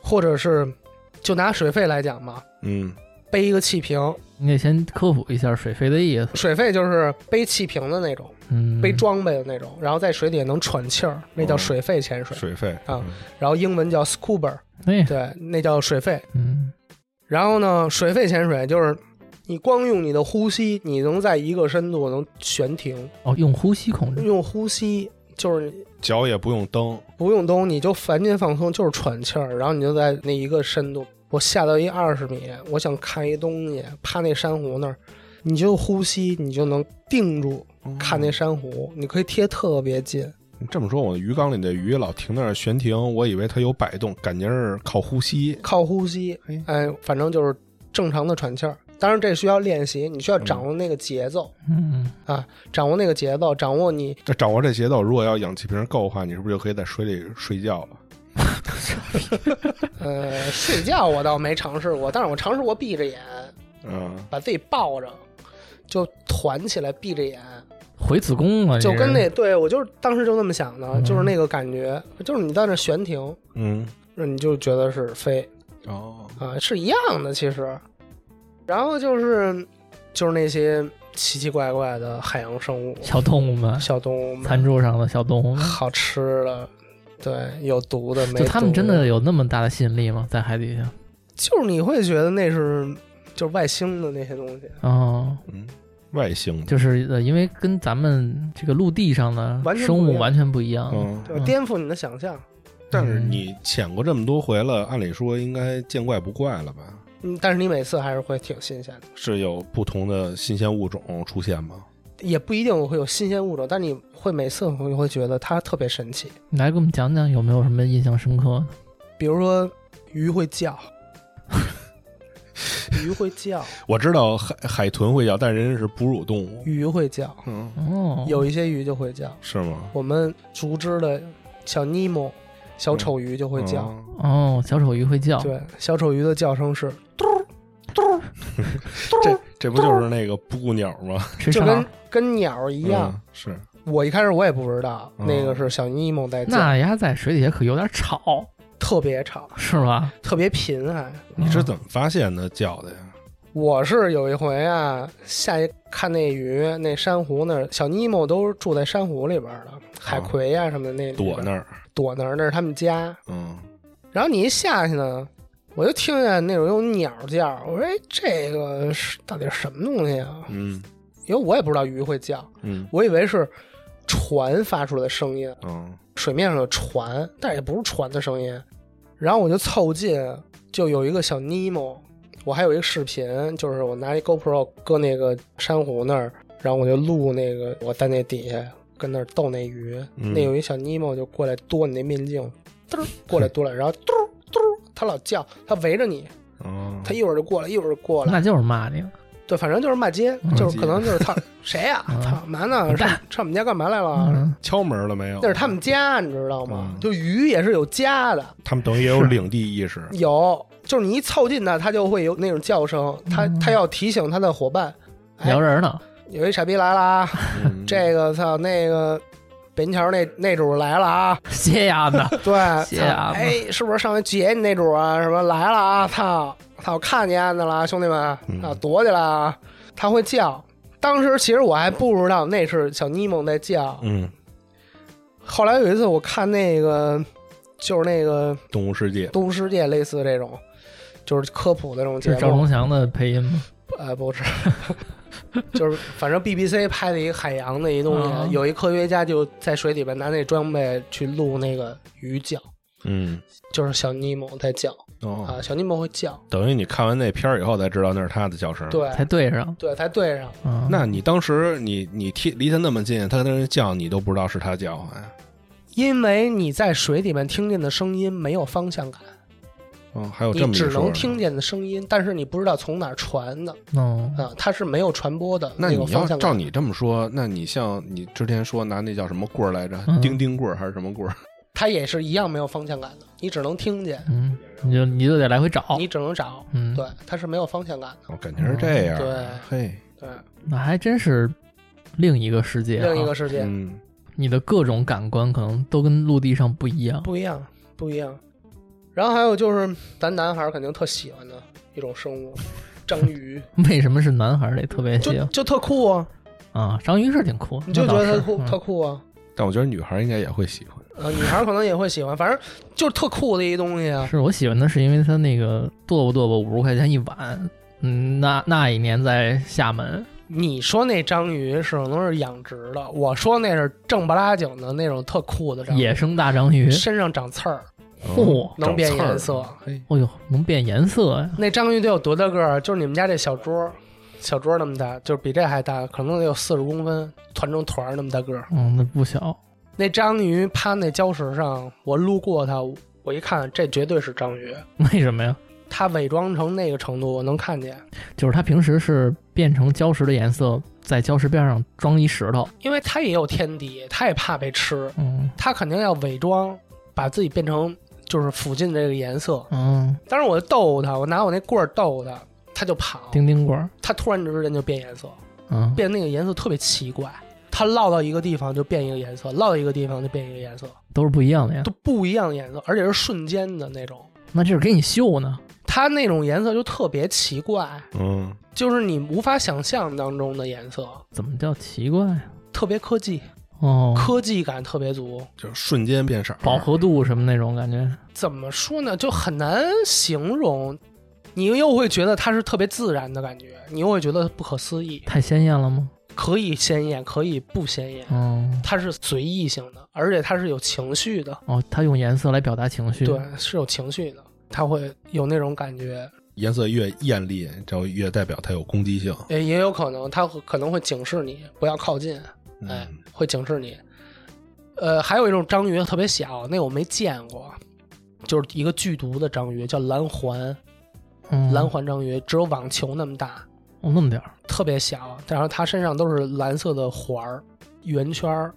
或者是就拿水费来讲嘛，
嗯，
背一个气瓶，
你得先科普一下水肺的意思。
水费就是背气瓶的那种，
嗯，
背装备的那种，然后在水底下能喘气儿，那叫水肺潜水，
水费嗯
啊，然后英文叫 scuba，
对，
对，那叫水肺。
哎嗯
然后呢，水肺潜水就是你光用你的呼吸，你能在一个深度能悬停，
哦，用呼吸控制。
用呼吸就是
脚也不用蹬，
不用蹬，你就烦劲放松，就是喘气儿，然后你就在那一个深度，我下到一二十米，我想看一东西，趴那珊瑚那儿，你就呼吸，你就能定住看那珊瑚，你可以贴特别近。
你这么说，我鱼缸里的鱼老停那儿悬停，我以为它有摆动，感觉是靠呼吸。
靠呼吸
嘿，
哎，反正就是正常的喘气儿。当然，这需要练习，你需要掌握那个节奏，
嗯，
掌握那个节奏，掌握你
这掌握这节奏，如果要氧气瓶够的话，你是不是就可以在水里睡觉了？
呃睡觉。我倒没尝试过，但是我尝试过闭着眼，
嗯，
把自己抱着，就团起来，闭着眼，
回子宫了，
就
这
跟
是
那对我就是当时就那么想的，
哎嗯
就是那个感觉，就是你在那悬停，
嗯，
你就觉得是飞
哦，
啊，是一样的其实。然后就是就是那些奇奇怪怪的海洋生物、
小动物们，
小动物们
餐桌上的小动物们，
好吃的，对，有毒的，没
就他们
毒
真的有那么大的吸引力吗？在海底下？
就是你会觉得那是就是外星的那些东西，
哦，
嗯，外星的，
就是呃，因为跟咱们这个陆地上的
完全不一样
生物完全不一样。
嗯，
对吧
嗯
颠覆你的嗯想象。
但是你潜过这么多回了，按理说应该见怪不怪了吧？
嗯，但是你每次还是会挺新鲜的，
是有不同的新鲜物种出现吗？
也不一定会有新鲜物种，但你会每次会会觉得它特别神奇。
你来给我们讲讲有没有什么印象深刻的？
比如说鱼会叫，鱼会叫，
我知道海海豚会叫，但人家是哺乳动物。
鱼会叫，
嗯，
哦，
有一些鱼就会叫。
是吗？
我们熟知的小尼莫，小丑鱼就会叫。
嗯
哦，小丑鱼会叫，
对，小丑鱼的叫声是
这这不就是那个布谷鸟吗？
吃
就
啥？
跟跟鸟 儿一样。
嗯是
我一开始我也不知道、
嗯
那个是小尼莫在叫，
那丫在水底下可有点吵，
特别吵，
是吧？
特别贫还。
你是怎么发现它叫的呀？
我是有一回啊，下去看那鱼，那珊瑚那儿，小尼莫都是住在珊瑚里边儿的，海葵呀、什么的那里边
躲那儿，
躲那儿，那是他们家。
嗯，
然后你一下去呢，我就听见那种有鸟叫，我说哎，这个是到底是什么东西啊？
嗯
因为我也不知道鱼会叫，
嗯
我以为是船发出来的声音，
嗯
水面上有船，但也不是船的声音。然后我就凑近，就有一个小尼莫，我还有一个视频，就是我拿一 GoPro 搁那个珊瑚那儿，然后我就录那个我在那底下跟那儿逗那鱼，
嗯
那有一小尼莫就过来哆你那面镜，嘟儿过来哆来，然后嘟儿嘟儿，它老叫，它围着你，
嗯，
它一会儿就过来，一会儿就过来，
那就是骂你了，
对，反正就是嗯骂街，
嗯
就是可能就是 操谁呀、
嗯
操嘛呢？
混
上
蛋
上我们家干嘛来了？
嗯，
敲门了没有？
那是他们家，你知道吗？
哦嗯
就鱼也是有家的，
他们等于也有
是
领地意识，
有，就是你一凑近它，它就会有那种叫声，它它要提醒它的伙伴，哎
聊，人呢，
有一傻逼来了啊，
嗯
这个操那个北京桥那那主来 了啊，
歇 丫子，
对，
谢谢
操
啊
哎，是不是上回劫你那主啊？什么来了啊？操操，看见案子了啊，兄弟们啊
嗯，
躲起来啊！他会叫。当时其实我还不知道那是小尼蒙在叫。
嗯，
后来有一次我看那个，就是那个《
动物世界，
动物世界》类似这种，就是科普的这种节
是赵
目。
忠祥的配音吗？
呃，不是， 就是反正 BBC 拍的一个海洋的一东西，
啊
有一科学家就在水里边拿那装备去录那个鱼叫，
嗯，
就是小尼莫在叫。
哦
啊，，小尼莫会叫，
等于你看完那片儿以后才知道那是它的叫声，。
对
才对上，
对，才对上。
嗯，
那你当时你你贴离它那么近，它跟人叫你都不知道是它叫唤啊呀？
因为你在水里面听见的声音没有方向感，
嗯，还有这
你
么一
只
说呢
能听。见的声音，但是你不知道从哪儿传的
哦，
啊，它是没有传播的
那
那
你
种
要
方向
照
感。
你这么说，那你像你之前说拿那叫什么棍儿来着？
嗯
钉钉棍儿还是什么棍儿？
它也是一样没有方向感的，你只能听见，
嗯，你就你就得来回
哦
找，
你只能找，
嗯，
对，它是没有方向感的，
我哦感觉是这样。
嗯
嘿，
对，
那还真是另一个世界、啊，
另一个世界
嗯，
你的各种感官可能都跟陆地上不一样，
不一样，不一样。然后还有就是咱男孩儿肯定特喜欢的一种生物，章 鱼，
为什么是男孩儿得特别喜
就
欢
就特酷啊，
啊？章鱼是挺酷，
你就觉
那倒
得它
是
酷
嗯
特酷啊。
但我觉得女孩应该也会喜欢。
呃，女孩儿可能也会喜欢，反正就是特酷的一东西啊。
是我喜欢它，是因为它那个剁吧剁吧五十块钱一碗，嗯，那那一年在厦门，
你说那章鱼是可能是养殖的，我说那是正不拉景的那种特酷的章鱼，
野生大章鱼，
身上长刺儿，
嚯、
长
能变
嗯刺儿
颜色。
嘿，嗯
哦呦，能变颜色呀！
那章鱼得有多大个儿？啊就是你们家这小桌，小桌那么大，就是比这还大，可能得有四十公分，团成团儿那么大个儿。
嗯，那不小，
那章鱼趴那礁石上，我路过它，我一看，这绝对是章鱼。
为什么呀？
它伪装成那个程度，我能看见，
就是它平时是变成礁石的颜色，在礁石边上装一石头，
因为它也有天敌，它也怕被吃。
嗯
他肯定要伪装，把自己变成就是附近的这个颜色。
嗯，
当时我就逗他，我拿我那棍儿逗他，他就跑，
丁丁棍儿，
他突然之间就变颜色，
嗯，
变那个颜色特别奇怪。他落到一个地方就变一个颜色，落到一个地方就变一个颜色，
都是不一样的呀
都。不一样的颜色，而且是瞬间的那种。
那这是给你秀呢，
它那种颜色就特别奇怪，
嗯，
就是你无法想象当中的颜色，
怎么叫奇怪呀？
特别科技，
哦，
科技感特别足。
就是瞬间变色儿。
饱和度什么那种感觉，
怎么说呢，就很难形容。你又会觉得它是特别自然的感觉，你又会觉得不可思议，
太鲜艳了吗？
可以鲜艳，可以不鲜艳，
嗯，
它是随意性的，而且它是有情绪的，
哦，它用颜色来表达情绪，
对，是有情绪的，它会有那种感觉，
颜色越艳丽，就越代表它有攻击性。
也也有可能它会可能会警示你不要靠近，哎
嗯，
会警示你。呃，还有一种章鱼特别小，那我没见过，就是一个剧毒的章鱼，叫蓝环，
嗯，
蓝环章鱼只有网球那么大，
哦，那么点儿，
特别小，然后它身上都是蓝色的环儿、圆圈儿，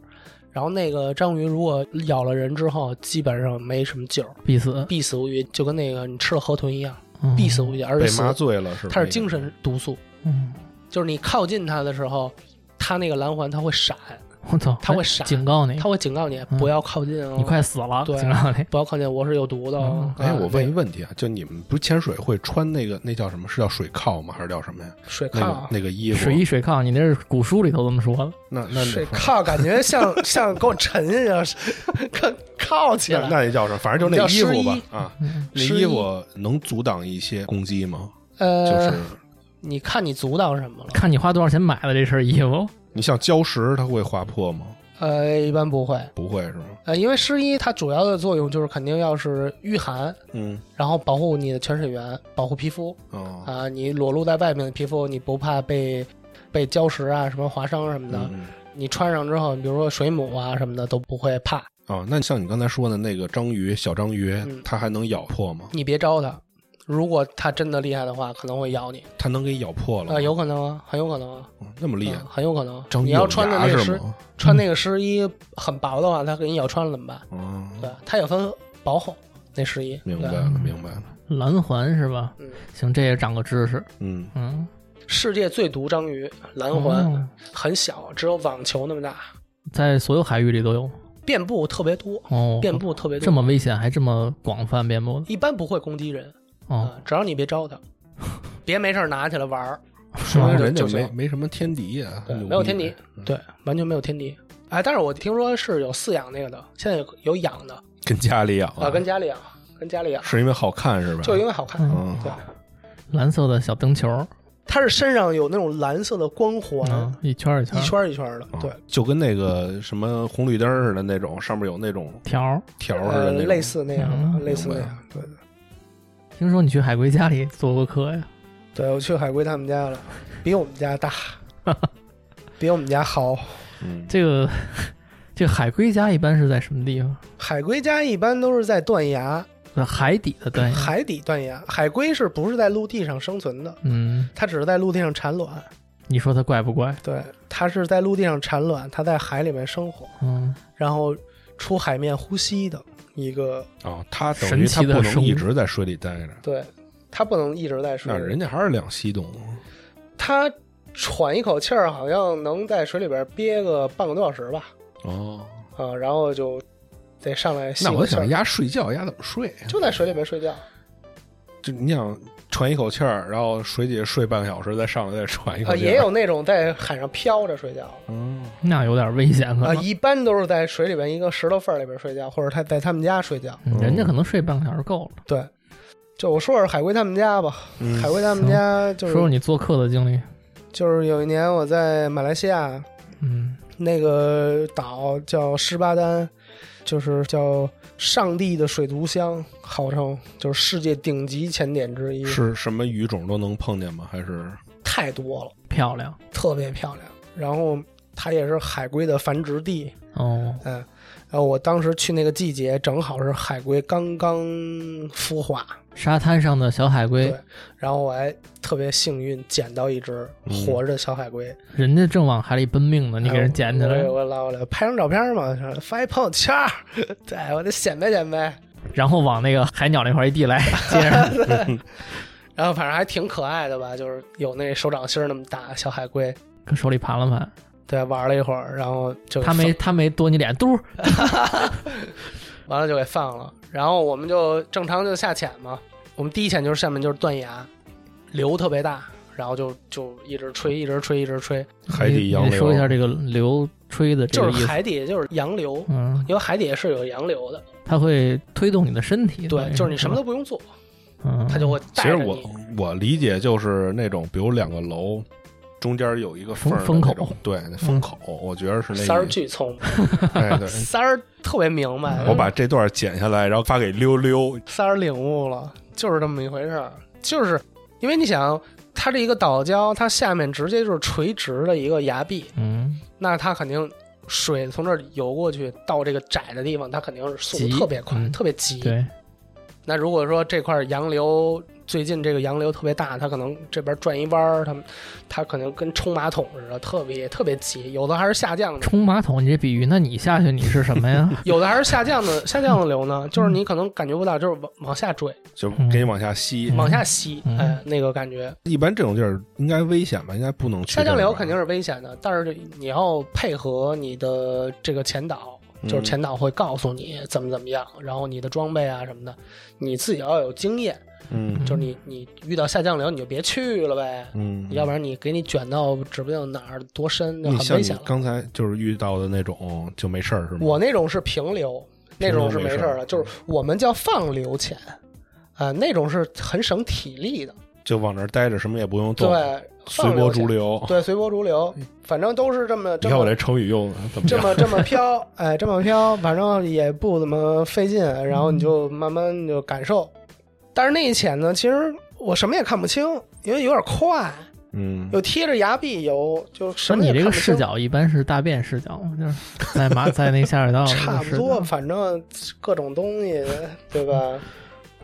然后那个章鱼如果咬了人之后，基本上没什么救，
必死，
必死无疑，就跟那个你吃了河豚一样，
嗯
必死无疑，而且
被
死
麻醉了是吧？
它是精神毒素，
嗯，
就是你靠近它的时候，它那个蓝环它会闪，
我操，
它会闪，
警告你
它，会警告你
哎嗯
不要靠近哦，
你快死了，
对
警告你。
不要靠近，我是有毒的哦。
哎，
啊
我问一问题啊，就你们不是潜水会穿那个那叫什么？是叫水铐吗？还是叫什么呀？
水啊
那
靠
个。那个衣服？
水衣水炕，你那是古书里头这么说的。
那那
水靠，感觉像 像给我沉下 去，靠靠起
那
来。
那也叫什么？反正就那衣服
叫湿
吧啊，
嗯
那
湿衣
衣服能阻挡一些攻击吗？就
呃，
是
你看你阻挡什么了？
看你花多少钱买的这，E 身衣服，
你像礁石，它会划破吗？
呃，一般不会。
不会是吗？
呃，因为湿衣它主要的作用就是肯定要是御寒，
嗯
然后保护你的潜水员，保护皮肤
哦，
啊、你裸露在外面的皮肤，你不怕被被礁石啊、什么划伤什么的。
嗯嗯
你穿上之后，比如说水母啊什么的都不会怕。
哦，那像你刚才说的那个章鱼，小章鱼，
嗯
它还能咬破吗？
你别招它，如果它真的厉害的话，可能会咬你。
它能给咬破了
啊、
吗？
有可能啊，很有可能啊，
哦那么厉害
嗯？很有可能。
章鱼
你要
有
穿的
牙
那个
是
湿，
吗？
穿那个湿衣很薄的话，它给你咬穿了怎么办？
哦，
对，它也分薄厚那湿衣。
明白
对啊
了，明白了。
蓝环是吧？
嗯，
行，这也长个知识。
嗯，
嗯，
世界最毒章鱼蓝环、
哦
很小，只有网球那么大，
在所有海域里都有
遍布特别多，
哦。
遍布特别多。
这么危险，还这么广泛遍布的
一般不会攻击人
哦，
啊，只要你别招它，别没事儿拿起来玩儿。
是
说
吗
明
就
人家
就
没
行
没什么天敌啊，
对
牛逼
没有天敌
呗。嗯
对，完全没有天敌。哎，但是我听说是有饲养那个的，现在有有养的啊
跟家里养
啊，跟家里养，跟家里养，
是因啊为好看是吧？
就因为好看。
嗯
嗯
对，
蓝色的小灯球，
它是身上有那种蓝色的光环，
嗯，一圈儿一圈
一
儿
圈儿一圈儿的，
啊
对，
就跟那个什么红绿灯似的那种，上面有那种
条儿。
条儿似
呃
的那，种，
类似那样的，
嗯
类似那
明白
样，对对。
听说你去海龟家里做过客呀？
对，我去海龟他们家了，比我们 家大，比我们家好。
嗯，
这个 这个海龟家一般是在什么地方？
海龟家一般都是在断崖、
在海底的断崖。
海底断崖。海龟是不是在陆地上生存的？
嗯，
它只是在陆地上产卵，
你说它怪不怪？
对，它是在陆地上产卵，它在海里面生活，
嗯，
然后出海面呼吸的一个，
哦，它等于
神
它
奇的
不
生
能
物
一直在水里待着，
对，它不能一直在水
那
里。
人家还是两栖动物。
它喘一口气儿，好像能在水里边憋个半个多小时吧，
哦，
啊、然后就得上来吸
那我
口气
想
儿，
鸭睡觉，鸭怎么睡？啊
就在水里边睡觉。
就你想喘一口气儿，然后水底下睡半个小时，再上来再喘一口
啊，
气儿。
也有那种在海上漂着睡觉的
嗯，
那有点危险
啊，
可能。
一般都是在水里边一个石头缝儿里边睡觉，或者他在他们家睡觉。
嗯人家可能睡半个小时够了。
对，就我说说海龟他们家吧，
嗯
海龟他 们家就
说
是
说你做客的经历。
就是有一年我在马来西亚
嗯，
那个岛叫施巴丹，就是叫上帝的水族箱，号称就是世界顶级潜点之一，
是什么鱼种都能碰见吗？还是
太多了，
漂亮
特别漂亮。然后它也是海龟的繁殖地，
哦，
嗯，然后我当时去那个季节，正好是海龟刚刚孵化，
沙滩上的小海龟
对，然后我还特别幸运捡到一只活着的小海龟，
人家正往海里奔命嗯呢，你给人捡起来
哎，我我拉过来拍张照片嘛，发一朋友圈儿，对我得显摆显摆。
然后往那个海鸟那块一递来，接着
然后反正还挺可爱的吧，就是有那手掌心儿那么大小海龟，
跟手里盘了盘。
对，玩了一会儿，然后就
他没他没剁你脸，嘟儿，
完了就给放了。然后我们就正常就下潜嘛，我们第一潜就是下面就是断崖，流特别大，然后就就一直吹，一直吹，一直吹，
海底洋
你你
流？
说一下这个流吹的这
就
个
是
意思。
海底就是洋流，
嗯，
因为海底是有洋流的，
它会推动你的身体。
对，就是你什么都
都，
不用做，
嗯，
它就会
嗯其
带
实
着
我
你。
我理解就是那种，比如两个楼中间有一个缝儿的
封
那
封口
种，对，那封口，我觉得是那
三儿巨聪明，
哎，对，
三儿特别明白，
我把这段剪下来，然后发给溜溜。
三儿领悟了，就是这么一回事儿，就是因为你想，它这一个岛礁，它下面直接就是垂直的一个崖壁，
嗯，
那它肯定水从这儿游过去到这个窄的地方，它肯定是速
急
度特别快，
嗯
特别急。
对，
那如果说这块洋流最近这个洋流特别大，它可能这边转一弯儿，它它可能跟冲马桶似的，特别特别急。有的还是下降 的，
冲马桶，你这比喻，那你下去你是什么呀？
有的还是下降的下降的流呢，就是你可能感觉不到，就是往往下坠，
就
嗯
给你往下吸。
往下吸，
嗯
哎，那个感觉。
一般这种地儿应该危险吧？应该不能去这
下
儿吧。
降流肯定是危险的，但是你要配合你的这个前导，
嗯
就是前导会告诉你怎么怎么样，然后你的装备啊什么的，你自己要有经验，
嗯
就是你你遇到下降流你就别去了呗，
嗯，
要不然你给你卷到指不定哪儿多深就
你
很
像
危
你
险了。
刚才就是遇到的那种就没事儿是吗？
我那种是平流，那种是
平流没
没
事
事
儿嗯
儿的，就是我们叫放流潜，啊，那种是很省体力的，
就往那儿待着，什么也不用动，
对，
随
放
波
流潜
逐，流。嗯
对，随波逐流，反正都是这么这
你看我
么
这成语用的怎么
这
样？
么这么飘，哎，这么飘，反正也不怎么费劲，然后你就
嗯
慢慢就感受。但是那一潜呢，其实我什么也看不清，因为有点快，
嗯，
又贴着崖壁游，就什
那
么
你
也
这
看
个
不
视
清。
角一般是大便视角吗？就是在马在那下水道的啊视角，
差不多，反正各种东西，对吧？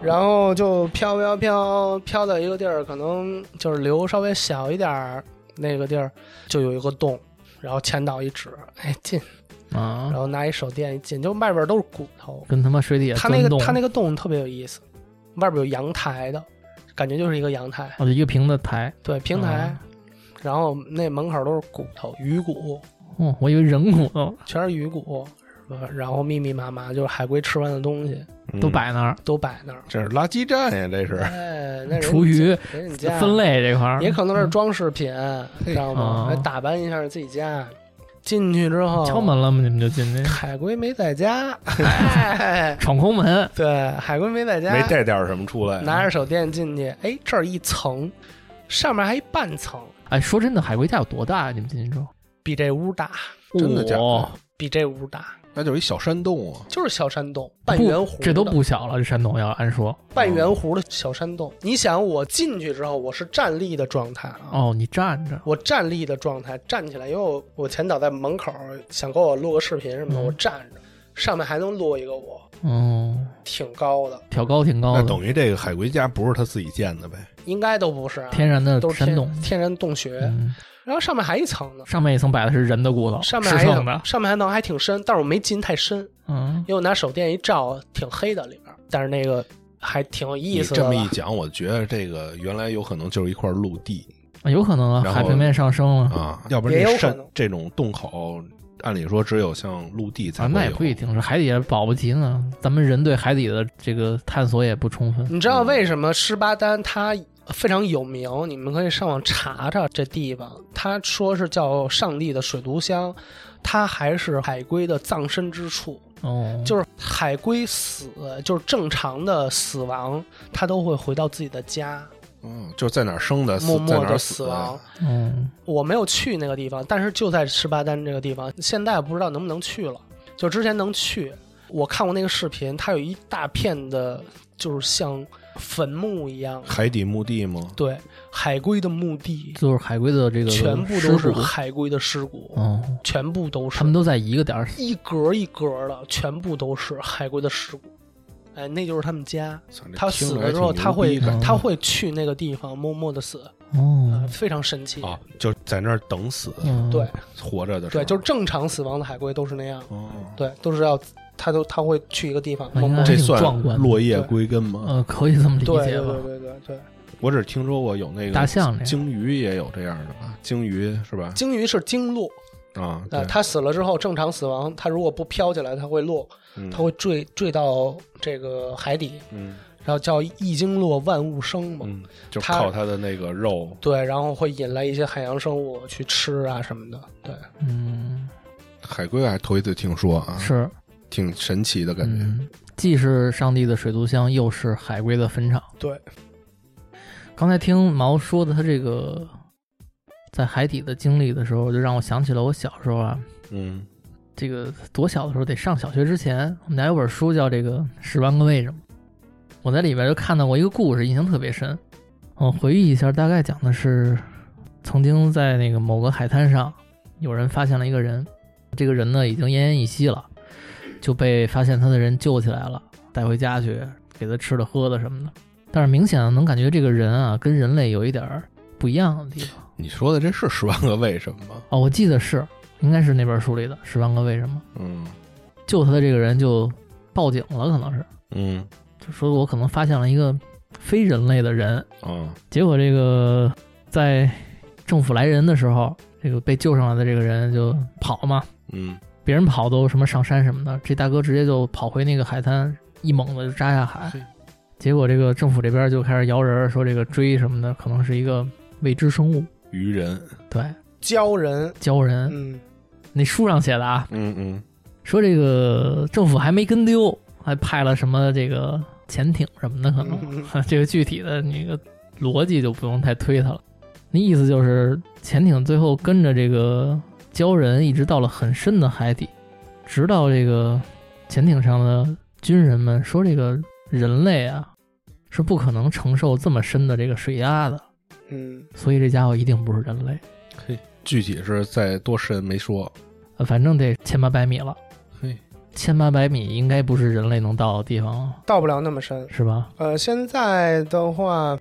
然后就飘飘飘飘到一个地儿，可能就是流稍微小一点儿那个地儿，就有一个洞，然后前导一指，哎进，
啊
然，后拿一手电一进，就外边都是骨头，
跟他妈水底下
它那
钻
个
洞
它那个洞特别有意思，外边有阳台的，感觉就是一个阳台，
哦，就一个瓶子抬，
对平台，
嗯
然后那门口都是骨头，鱼骨，
哦，我以为人骨头
全是鱼骨，是吧然后密密麻麻就是海龟吃完的东西
嗯
都摆那儿，
都摆那儿。
这是垃圾站呀，这 是
哎，那人家
厨余
人家家
分，类这块儿，
嗯
嗯
也可能是装饰品，知道吗？
哦
来打扮一下自己家。进去之后，
敲门了吗？你们就进去
海龟没在家。 哎
闯空门，
对，海龟没在家，
没带点儿什么
哎
出来。
拿着手电进去，哎，这儿一层，上面还一半层，
哎，说真的，海龟家有多大？啊你们进去之后，
比这屋大，
真的假的
哇
比这屋大，
那就是一小山洞啊。
就是小山洞，半圆弧的，
这都不小了，这山洞要按说，
半圆弧的小山洞。你想，我进去之后，我是站立的状态啊。
哦，你站着，
我站立的状态，站起来，因为我我前导在门口想给我录个视频什么的，
嗯
我站着，上面还能落一个我，
哦，
挺高的，
挑高挺高
那
的，
等于这个海龟家不是他自己建的呗？
应该都不是啊，
天然的
都是
山
天
洞，
天然洞穴，
嗯，
然后上面还一层呢，
上面一层摆的是人的骨头，
上面
吃
还一
剩的
层，，上面还一层还挺深，但是我没进太深，
嗯，
因为我拿手电一照，挺黑的里边儿，但是那个还挺有意
你
思
这
的
么
吧。
一讲，我觉得这个原来有可能就是一块陆地
有可能啊，
然后
海平面上升了
啊，要不然
嗯也
这
有可
山
能
这种洞口，按理说只有像陆地才
啊，
会
那也
有
不一定是海底下保不齐呢。咱们人对海底的这个探索也不充分。
你知道为什么施巴丹它非常有名？你们可以上网查查这地方，他说是叫上帝的水族箱，它还是海龟的葬身之处，
哦，
就是海龟死，就是正常的死亡，它都会回到自己的家，
嗯，就是在哪儿生的，死
默
在
默
哪儿
的
死
死
的
亡。。
嗯，
我没有去那个地方，但是就在十八丹这个地方，现在不知道能不能去了。就之前能去，我看过那个视频，它有一大片的，就是像坟墓一样，
海底墓地吗？
对，海龟的墓地，
就是海龟的这个
全部
尸
都是
骨。
海龟的尸骨，
哦，
全部都是，
他们都在一个点儿。
一格一格的，全部都是海龟的尸骨。哎，那就是他们家。
操这
他
听
死
着
了
还
之后，
挺
他
牛
会
逼的
感觉
他会去那个地方默默的死，
哦
呃，非常神奇。
啊，就在那儿等死，
嗯，
对
活着的时候
对，就是正常死亡的海龟都是那样。
哦，
对，都是要他都他会去一个地方
那
默
应
默
该
这
挺
算
壮观的
落叶归根吗？
呃，可以这么理
对
解
对对
吧？
对对对，
我只听说过有那
大
个
象这样，
鲸鱼也有这样的吧？鲸鱼是吧？
鲸鱼是鲸落，
啊，对
呃，，它死了之后正常死亡，它如果不飘起来，它会落，
嗯
它会坠坠到这个海底，
嗯
然后叫一鲸落万物生嘛。
嗯，就
它
靠它的那个肉，
对，然后会引来一些海洋生物去吃啊什么的。对，
嗯，
海龟还头一次听说啊，
是，
挺神奇的感觉。
嗯，既是上帝的水族箱，又是海龟的坟场。
对，
刚才听毛说的他这个在海底的经历的时候，就让我想起了我小时候啊，
嗯
这个多小的时候，得上小学之前，我们家有本书叫《这个十万个为什么》，我在里边就看到过一个故事，印象特别深。我回忆一下，大概讲的是，曾经在那个某个海滩上，有人发现了一个人，这个人呢已经奄奄一息了，就被发现他的人救起来了，带回家去给他吃的喝的什么的。但是明显能感觉这个人啊，跟人类有一点儿不一样的地方。
你说的这是《十万个为什么》吗？
哦，我记得是，应该是那本书里的《十万个为什么
嗯》，
救他的这个人就报警了，可能是
嗯
就说我可能发现了一个非人类的人，
啊
结果这个在政府来人的时候，这个被救上来的这个人就跑嘛，
嗯
别人跑都什么上山什么的，这大哥直接就跑回那个海滩，一猛子就扎下海
嘿。
结果这个政府这边就开始摇人，说这个追什么的可能是一个未知生物，
愚人，
对，
教人，
鲛人。
嗯，
那书上写的啊，
嗯嗯
说这个政府还没跟丢，还派了什么这个潜艇什么的，可能、
嗯
这个具体的那个逻辑就不用太推它了。那意思就是潜艇最后跟着这个鲛人一直到了很深的海底，直到这个潜艇上的军人们说这个人类啊是不可能承受这么深的这个水压的，
嗯，
所以这家伙一定不是人类，
嘿，具体是在多深没说，
呃反正得千八百米了，
嘿，
千八百米应该不是人类能到的地方了，
到不了那么深。
是吧？
呃，现在的话，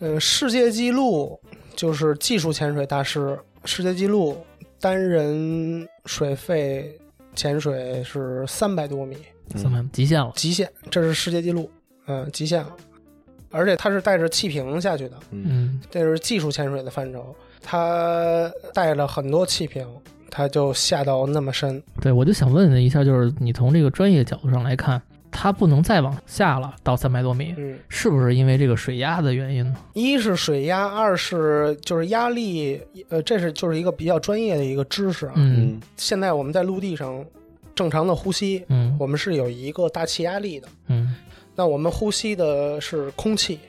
呃，世界纪录就是技术潜水大师，世界纪录单人水肺潜水是三百多米
嗯
怎么极限了？
极限，这是世界纪录，嗯、极限了。而且它是带着气瓶下去的，
嗯
嗯，
这是技术潜水的范畴。它带了很多气瓶，它就下到那么深。
对，我就想问一下，就是你从这个专业角度上来看，它不能再往下了，到三百多米，
嗯，
是不是因为这个水压的原因呢？
一是水压，二是就是压力，呃，这是就是一个比较专业的一个知识啊。
嗯
现在我们在陆地上正常的呼吸，
嗯
我们是有一个大气压力的。
嗯
那我们呼吸的是空气，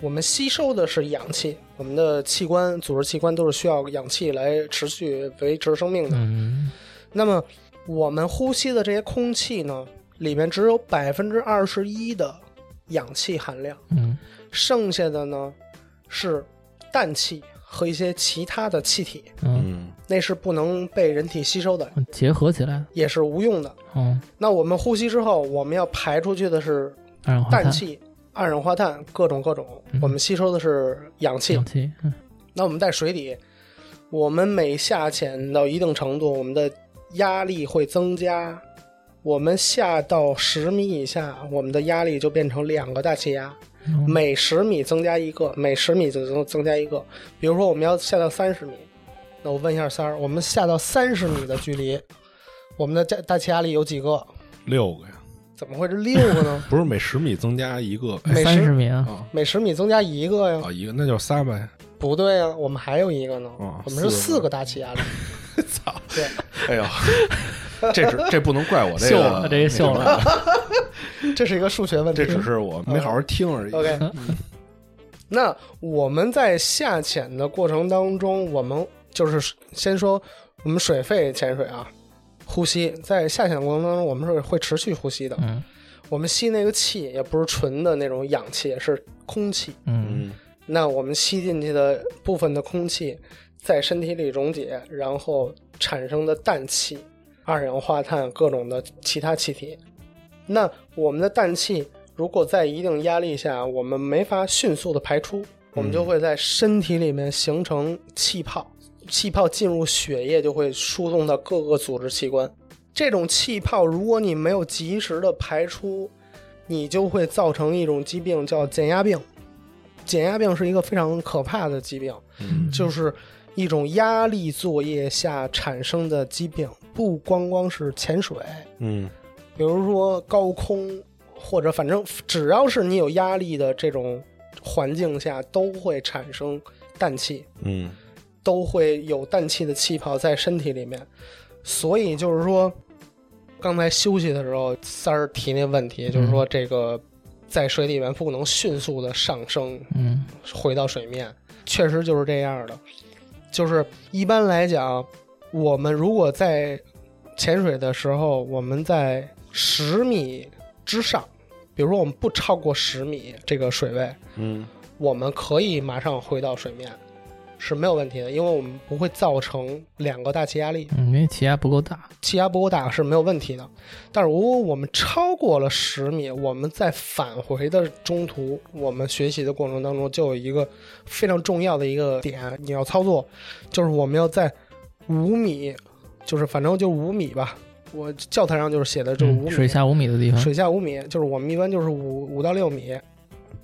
我们吸收的是氧气。我们的器官、组织器官都是需要氧气来持续维持生命的。
嗯
那么我们呼吸的这些空气呢，里面只有百分之二十一的氧气含量，
嗯
剩下的呢是氮气和一些其他的气体，
嗯
嗯
那是不能被人体吸收的，
嗯，结合起来的，
也是无用的。
嗯，
那我们呼吸之后，我们要排出去的是
二氧化
氮
碳、
气、二氧化碳，各种各种
嗯。
我们吸收的是氧气。
氧气，嗯
那我们在水底，我们每下潜到一定程度，我们的压力会增加。我们下到十米以下，我们的压力就变成两个大气压，
嗯
每十米增加一个，每十米就增增加一个。比如说，我们要下到三十米，那我问一下三儿，我们下到三十米的距离，我们的大大气压力有几个？
六个呀，
怎么会是六个呢？
不是每十米增加一 个哎
每
三
十
十米啊，
啊
每十米增加一个呀？
啊一个，那就仨呗。
不对啊，我们还有一个呢，
啊
我们
四个
是四个大气压力。
操！
对，
哎呦，这是这不能怪我这
秀
个
了，这个秀了，
这是一个数学问 题。
这只是我没好好听而已。
OK。那我们在下潜的过程当中，我们就是先说我们水肺潜水啊，呼吸在下潜的过程当中，我们是会持续呼吸的。
嗯
我们吸那个气也不是纯的那种氧气，是空气。
嗯
嗯
那我们吸进去的部分的空气在身体里溶解，然后产生的氮气、二氧化碳各种的其他气体。那我们的氮气如果在一定压力下，我们没法迅速的排出，我们就会在身体里面形成气泡，气泡进入血液就会输送到各个组织器官。这种气泡，如果你没有及时的排出，你就会造成一种疾病叫减压病。减压病是一个非常可怕的疾病，
嗯
就是一种压力作业下产生的疾病，不光光是潜水，
嗯
比如说高空，或者反正只要是你有压力的这种环境下，都会产生氮气，
嗯
都会有氮气的气泡在身体里面。所以就是说，刚才休息的时候，三儿提那问题，就是说这个在水里面不能迅速的上升，
嗯
回到水面，确实就是这样的。就是一般来讲，我们如果在潜水的时候，我们在十米之上，比如说我们不超过十米这个水位，
嗯
我们可以马上回到水面。是没有问题的，因为我们不会造成两个大气压力，
嗯，因为气压不够大，
气压不够大是没有问题的。但是如果我们超过了十米，我们在返回的中途，我们学习的过程当中就有一个非常重要的一个点，你要操作，就是我们要在五米，就是反正就五米吧，我教材上就是写的就是五
嗯，
米，
水下五米的地方，
水下五米，就是我们一般就是五五到六米，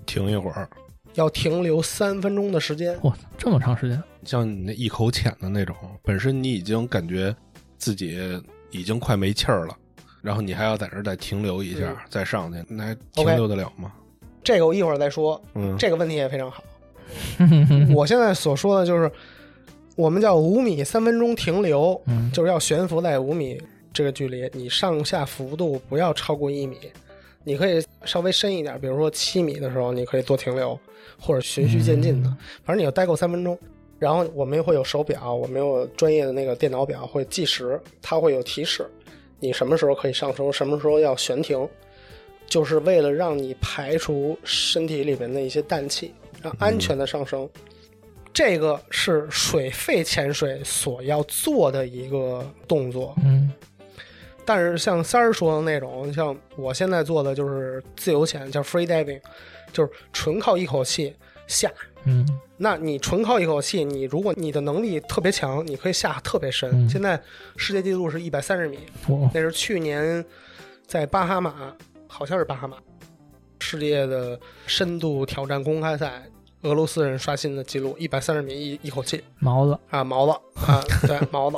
停一会儿，
要停留三分钟的时间。
哇，这么长时间，
像你那一口浅的那种，本身你已经感觉自己已经快没气儿了，然后你还要在这儿再停留一下，
嗯
再上去，那还
OK
停留得了吗？
这个我一会儿再说，
嗯，
这个问题也非常好。
我
我现在所说的就是，我们叫五米三分钟停留，
嗯，
就是要悬浮在五米这个距离，你上下幅度不要超过一米。你可以稍微深一点，比如说七米的时候，你可以多停留，或者循序渐进的，反正你要待够三分钟。然后我们会有手表，我们有专业的那个电脑表会计时，它会有提示，你什么时候可以上升，什么时候要悬停，就是为了让你排除身体里面的一些氮气，让安全的上升。这个是水肺潜水所要做的一个动作，
嗯，
但是像三儿说的那种，像我现在做的就是自由潜，叫 free diving，就是纯靠一口气下。
嗯
那你纯靠一口气，你如果你的能力特别强，你可以下特别深。
嗯
现在世界纪录是一百三十米，
嗯，我
那是去年在巴哈马，好像是巴哈马世界的深度挑战公开赛，俄罗斯人刷新的记录，一百三十米一一口气。
毛子，
啊，毛子啊，对，毛子，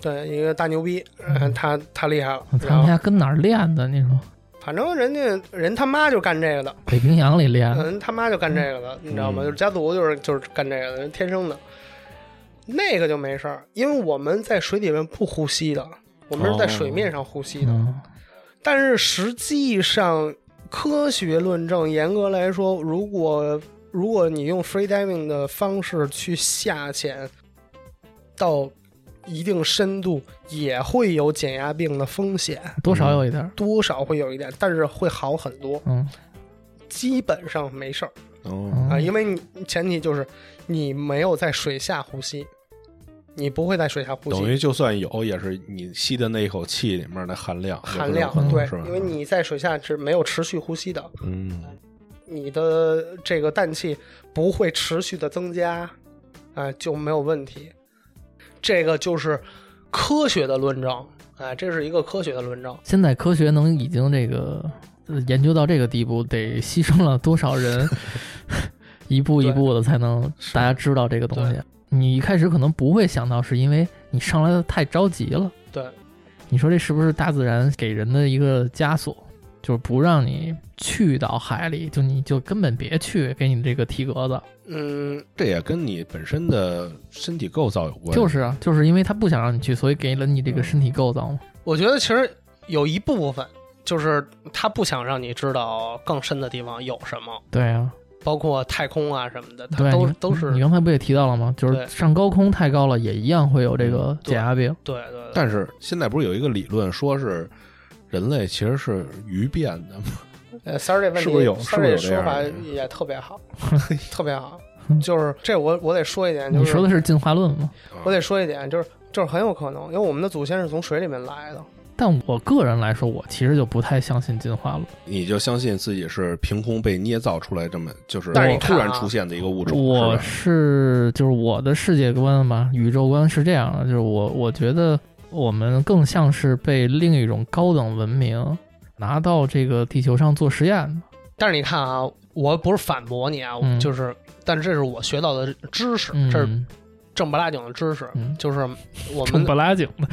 对，一个大牛逼，嗯，他他厉害了
我。
然
他们
后，
家跟哪儿练的？你说
反正人家人他妈就干这个的，
北冰洋里练的，
人他妈就干这个的，你知道
嗯
吗？就是家族就是就是干这个的，人天生的。那个就没事儿，因为我们在水里面不呼吸的，我们是在
哦
水面上呼吸的。
嗯，
但是实际上，科学论证严格来说，如果如果你用 free diving 的方式去下潜到一定深度，也会有减压病的风险，
多少有一点儿，
多少会有一点，但是会好很多，
嗯
基本上没事儿
哦，
啊，
嗯
因为你前提就是你没有在水下呼吸，你不会在水下呼吸
等。于就算有，也是你吸的那一口气里面的含量，
含量
有可能
对
是吧，
因为你在水下是没有持续呼吸的，
嗯，
你的这个氮气不会持续的增加，啊、就没有问题。这个就是科学的论证，啊、这是一个科学的论证。
现在科学能已经这个呃研究到这个地步，得牺牲了多少 人，一步一步的才能大家知道这个东西。你一开始可能不会想到，是因为你上来的太着急了。
对，
你说这是不是大自然给人的一个枷锁？就是不让你去到海里，就你就根本别去，给你这个提格子。
嗯，
这也跟你本身的身体构造有关，
就是啊，就是因为他不想让你去，所以给了你这个身体构造嘛。
我觉得其实有一部分就是他不想让你知道更深的地方有什么，
对啊，
包括太空啊什么的，
对
他
啊
都
你
都是
你
对
刚才不也提到了吗？就是
对嗯
上高空太高了，也一样会有这个
对
减压病。
对对。
但是现在不是有一个理论说是人类其实是鱼变的吗？
呃，三儿这问题，
是不是有
三儿
是
这
不是有
说
这样
法
的
也特 别好，特别好。就是这我我得说一点，就
你
是
说的是进化论吗？
我得说一点，就是就是很有可能，因为我们的祖先是从水里面来的。
但我个人来说，我其实就不太相信进化论。
你就相信自己是凭空被捏造出来这么就是
但是你
突
看啊
然出现的一个物种，
我
是吧
是就是我的世界观吧，宇宙观是这样的，就是我我觉得我们更像是被另一种高等文明拿到这个地球上做实验的。
但是你看啊，我不是反驳你啊，我
嗯
就是，但是这是我学到的知识，
嗯，
这是正不拉经的知识。
嗯
就是我
正
们
不拉景的。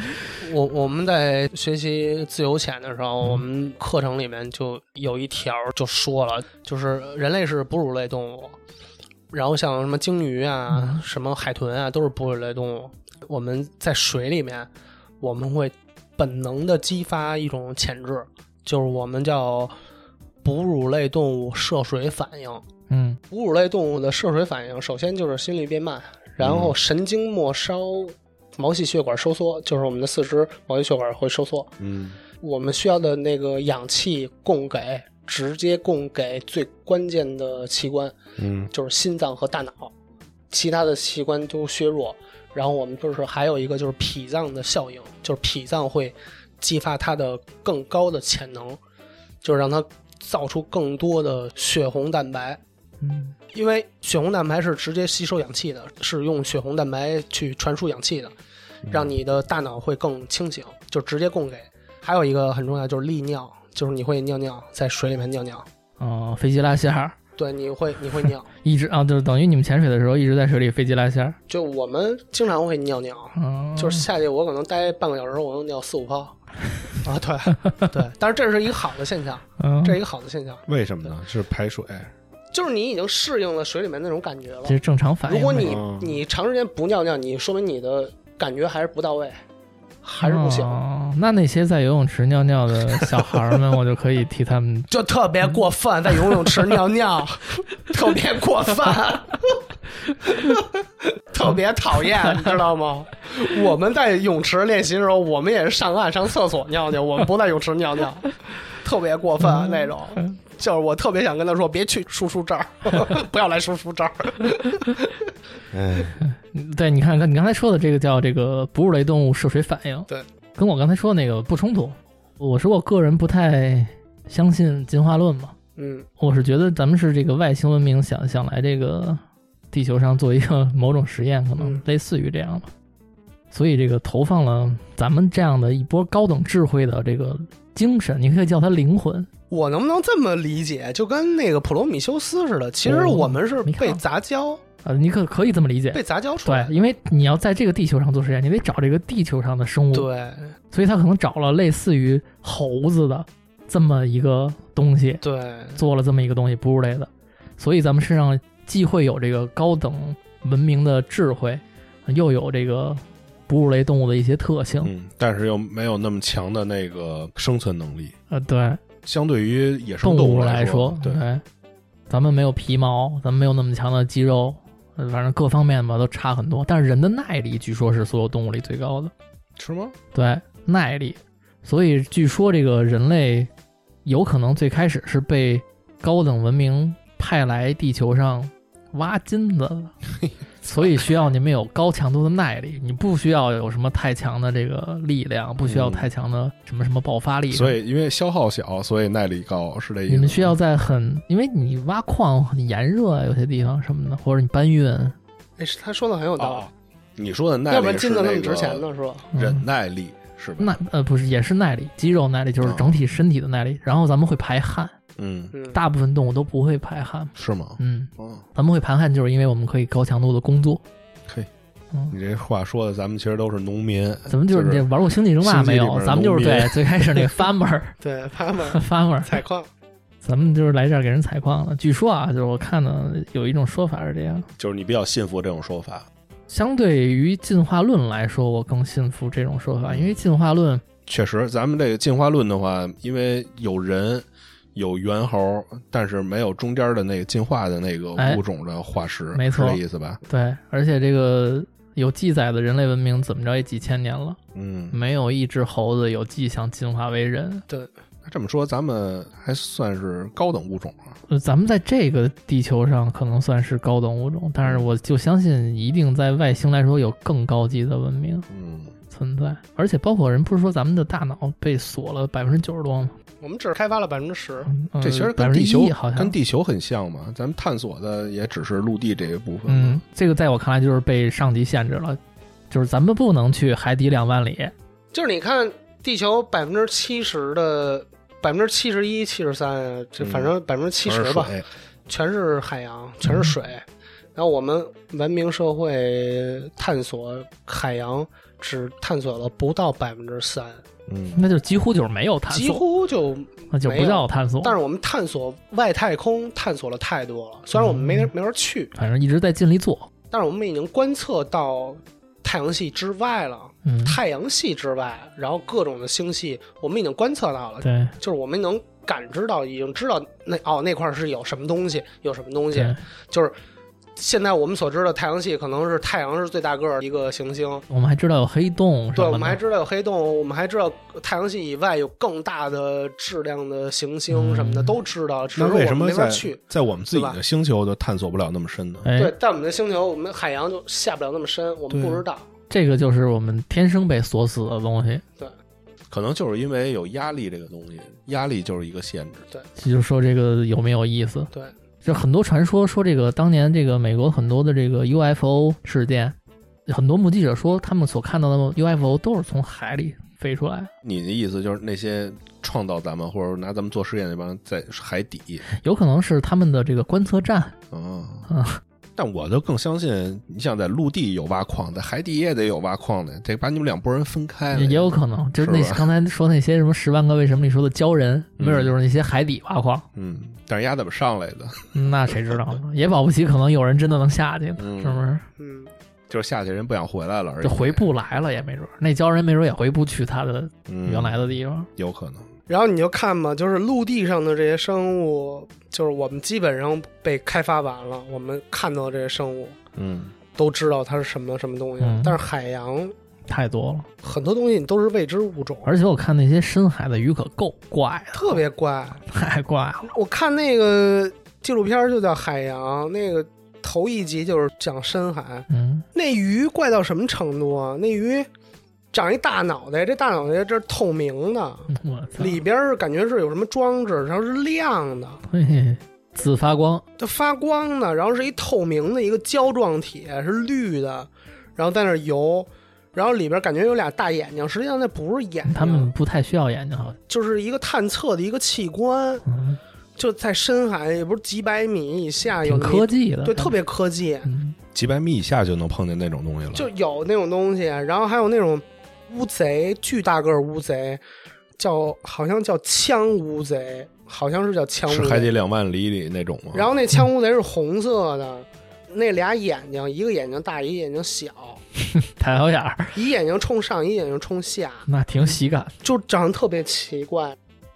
我我们在学习自由潜的时候，
嗯
我们课程里面就有一条就说了，就是人类是哺乳类动物，然后像什么鲸鱼啊、
嗯
什么海豚啊，都是哺乳类动物。我们在水里面，我们会本能的激发一种潜质，就是我们叫哺乳类动物涉水反应。
嗯
哺乳类动物的涉水反应，首先就是心率变慢，然后神经末梢毛细血管收缩，就是我们的四肢毛细血管会收缩。
嗯，
我们需要的那个氧气供给，直接供给最关键的器官，
嗯
就是心脏和大脑。其他的器官都削弱。然后我们就是还有一个就是脾脏的效应，就是脾脏会激发它的更高的潜能，就是让它造出更多的血红蛋白。
嗯
因为血红蛋白是直接吸收氧气的，是用血红蛋白去传输氧气的，
嗯
让你的大脑会更清醒，就直接供给。还有一个很重要就是利尿，就是你会尿尿，在水里面尿尿，
哦，飞机拉线儿，
对，你会你会尿。
一直啊，就是等于你们潜水的时候一直在水里飞机拉线儿，
就我们经常会尿尿，
嗯，
就是下去我可能待半个小时，我能尿四五 泡。啊，对对，但是这是一个好的现象，
嗯，
这是一个好的现象，
为什么呢？是排水。
就是你已经适应了水里面那种感觉了
这。是正常反应呗。
如果你
嗯
你长时间不尿尿，你说明你的感觉还是不到位，
嗯
还是不行。
哦。那那些在游泳池尿尿的小孩儿 们，我就可以替他们
就特别过分，在游泳池尿 尿，特别过分，特别讨厌，你知道吗？我们在泳池练习的时候，我们也是上岸上厕所尿尿，我们不在泳池 尿尿，特别过分
嗯
那种。就是我特别想跟他说，别去叔叔这儿， 不要来叔叔这儿。
哎，
对，你看，你刚才说的这个叫这个哺乳类动物涉水反应，
对，
跟我刚才说的那个不冲突。我说我个人不太相信进化论嘛，
嗯
我是觉得咱们是这个外星文明想想来这个地球上做一个某种实验，可能
嗯
类似于这样吧。所以这个投放了咱们这样的一波高等智慧的这个精神，你可以叫它灵魂，
我能不能这么理解？就跟那个普罗米修斯似的，其实
哦
我们是
你看
被杂交，
呃，你可可以这么理解。
被杂交出
对
来，。
因为你要在这个地球上做实验，你得找这个地球上的生物，
对
所以他可能找了类似于猴子的这么一个东西，
对，
做了这么一个东西，哺乳类的，所以咱们身上既会有这个高等文明的智慧，又有这个哺乳类动物的一些特性。
嗯，但是又没有那么强的那个生存能力，
呃，对，
相对于野生
动
动物
来
说，对
对，
哎
咱们没有皮毛，咱们没有那么强的肌肉，呃反正各方面吧都差很多。但是人的耐力据说是所有动物里最高的，
是吗？
对，耐力。所以据说这个人类有可能最开始是被高等文明派来地球上挖金子的， 所以需要你们有高强度的耐力，你不需要有什么太强的这个力量，不需要
嗯
太强的什么什么爆发力。
所以因为消耗小，所以耐力高，是这意思吗。
你们需要在很，因为你挖矿很炎热啊，有些地方什么的，或者你搬运，嗯
哎，他说的很有道理
哦。，你说的耐力，
要不然金子那么值钱，呢，是吧？
嗯
忍耐力是吧？
耐呃不是也是耐力，肌肉耐力就是
哦
整体身体的耐力。然后咱们会排汗，
嗯，
嗯，
大部分动物都不会排汗。
是吗？
嗯，
嗯，
咱们会盘汗，就是因为我们可以高强度的工作。
嘿，
嗯，
你这话说的，咱们其实都是农民，
咱们就是
就
你
是
这玩过《星际争霸》
星际
没
里
有？
边
咱们就是
农民
对最开始那个 farmer
对他们
farmer，
采矿，
咱们就是来这儿给人采矿的。据说啊，就是我看到有一种说法是这样，
就是你比较信服这种说法。
相对于进化论来说，我更信服这种说
嗯
法，因为进化论
确实，咱们这个进化论的话，因为有人有猿猴，但是没有中间的那个进化的那个
哎
物种的化石，
没错
是这意思吧？
对，而且这个有记载的人类文明怎么着也几千年了，
嗯，
没有一只猴子有迹象进化为人。
那这么说，咱们还算是高等物种啊。
呃，咱们在这个地球上可能算是高等物种，但是我就相信一定在外星来说有更高级的文明
嗯，
存在，而且包括人不是说咱们的大脑被锁了百分之九十多吗？
我们只开发了百分之十。
嗯
这其实
百分
跟
之
地球
一好像嗯
跟地球很像嘛，咱们探索的也只是陆地这一部分。
嗯，，这个在我看来就是被上级限制了，就是咱们不能去海底两万里。
就是你看，地球百分之七十的，百分之七十一、七十三，这
嗯
反正百分之七十吧，
水
全是海洋，全是水。然后我们文明社会探索海洋，只探索了不到百分之三，
嗯，
那就几乎就是没有探
几
索，哦
乎就。
那就不叫探索。
但是我们探索外太空探索了太多了，虽然我们没
嗯
没法去，
反正一直在尽力做。
但是我们已经观测到太阳系之外了。
嗯，
太阳系之外，然后各种的星系，我们已经观测到了，
对
就是我们能感知到，已经知道那哦那块儿是有什么东西，有什么东西
对，，
就是现在我们所知的太阳系可能是太阳是最大个儿的一个行星，
我们还知道有黑洞什
对，
么的，
我们还知道有黑洞，我们还知道太阳系以外有更大的质量的行星什么的、
嗯
都知道，只是
那
我
为什
们
么
没法
在
去。
在我们自己
对
的星球就探索不了那么深呢？
哎，
对，在我们的星球，我们海洋就下不了那么深，我们
对
不知道。
这个就是我们天生被锁死的东西。
可能就是因为有压力这个东西，压力就是一个限制。
这就说这个有没有意思？
对，
就很多传说说这个当年这个美国很多的这个 UFO 事件，很多目击者说他们所看到的 UFO 都是从海里飞出来，
你的意思就是那些创造咱们或者拿咱们做实验那帮人在海底
有可能是他们的这个观测站。
啊？但我就更相信，你想在陆地有挖矿的，海底也得有挖矿的，得把你们两拨人分开了。
也有可能，就是那
哎是吧
刚才说那些什么十万个为什么里说的鲛人，
嗯
没准就是那些海底挖矿，
嗯，但是丫怎么上来的？
那谁知道呢？ 也保不齐可能有人真的能下去呢，
嗯
是不是？
嗯，
就是下去人不想回来了而已，
就回不来了也没准，那鲛人没准也回不去他的
嗯
原来的地方。
有可能。
然后你就看吧，就是陆地上的这些生物，就是我们基本上被开发完了，我们看到这些生物
嗯，
都知道它是什么什么东西，
嗯
但是海洋
太多了，
很多东西你都是未知物种，
而且我看那些深海的鱼可够怪的，
特别怪。
太怪了。
我看那个纪录片儿就叫《海洋》，那个头一集就是讲深海，
嗯，
那鱼怪到什么程度啊？那鱼长一大脑袋，这大脑袋这是透明的，
我操，
里边儿是感觉是有什么装置，然后是亮的，
嘿嘿，自发光，
它发光的，然后是一透明的一个胶状体，是绿的，然后在那儿游。然后里边儿感觉有俩大眼睛，实际上那不是眼睛，
他们不太需要眼睛，好像，
就是一个探测的一个器官，
嗯，
就在深海，也不是几百米以下有
挺
那
科技的，
对，特别科技，
嗯，
几百米以下就能碰见那种东西了。
就有那种东西，然后还有那种乌贼，巨大个儿乌贼，叫好像叫枪乌贼，好像是叫枪
是
乌
海底嗯
贼。
两万里里那种吗？
然后那枪乌贼是红色的，那俩眼睛，一个眼睛大，一个眼睛小，
抬小眼儿，
一眼睛冲上，一眼睛冲下，
那挺喜感。
就长得特别奇怪。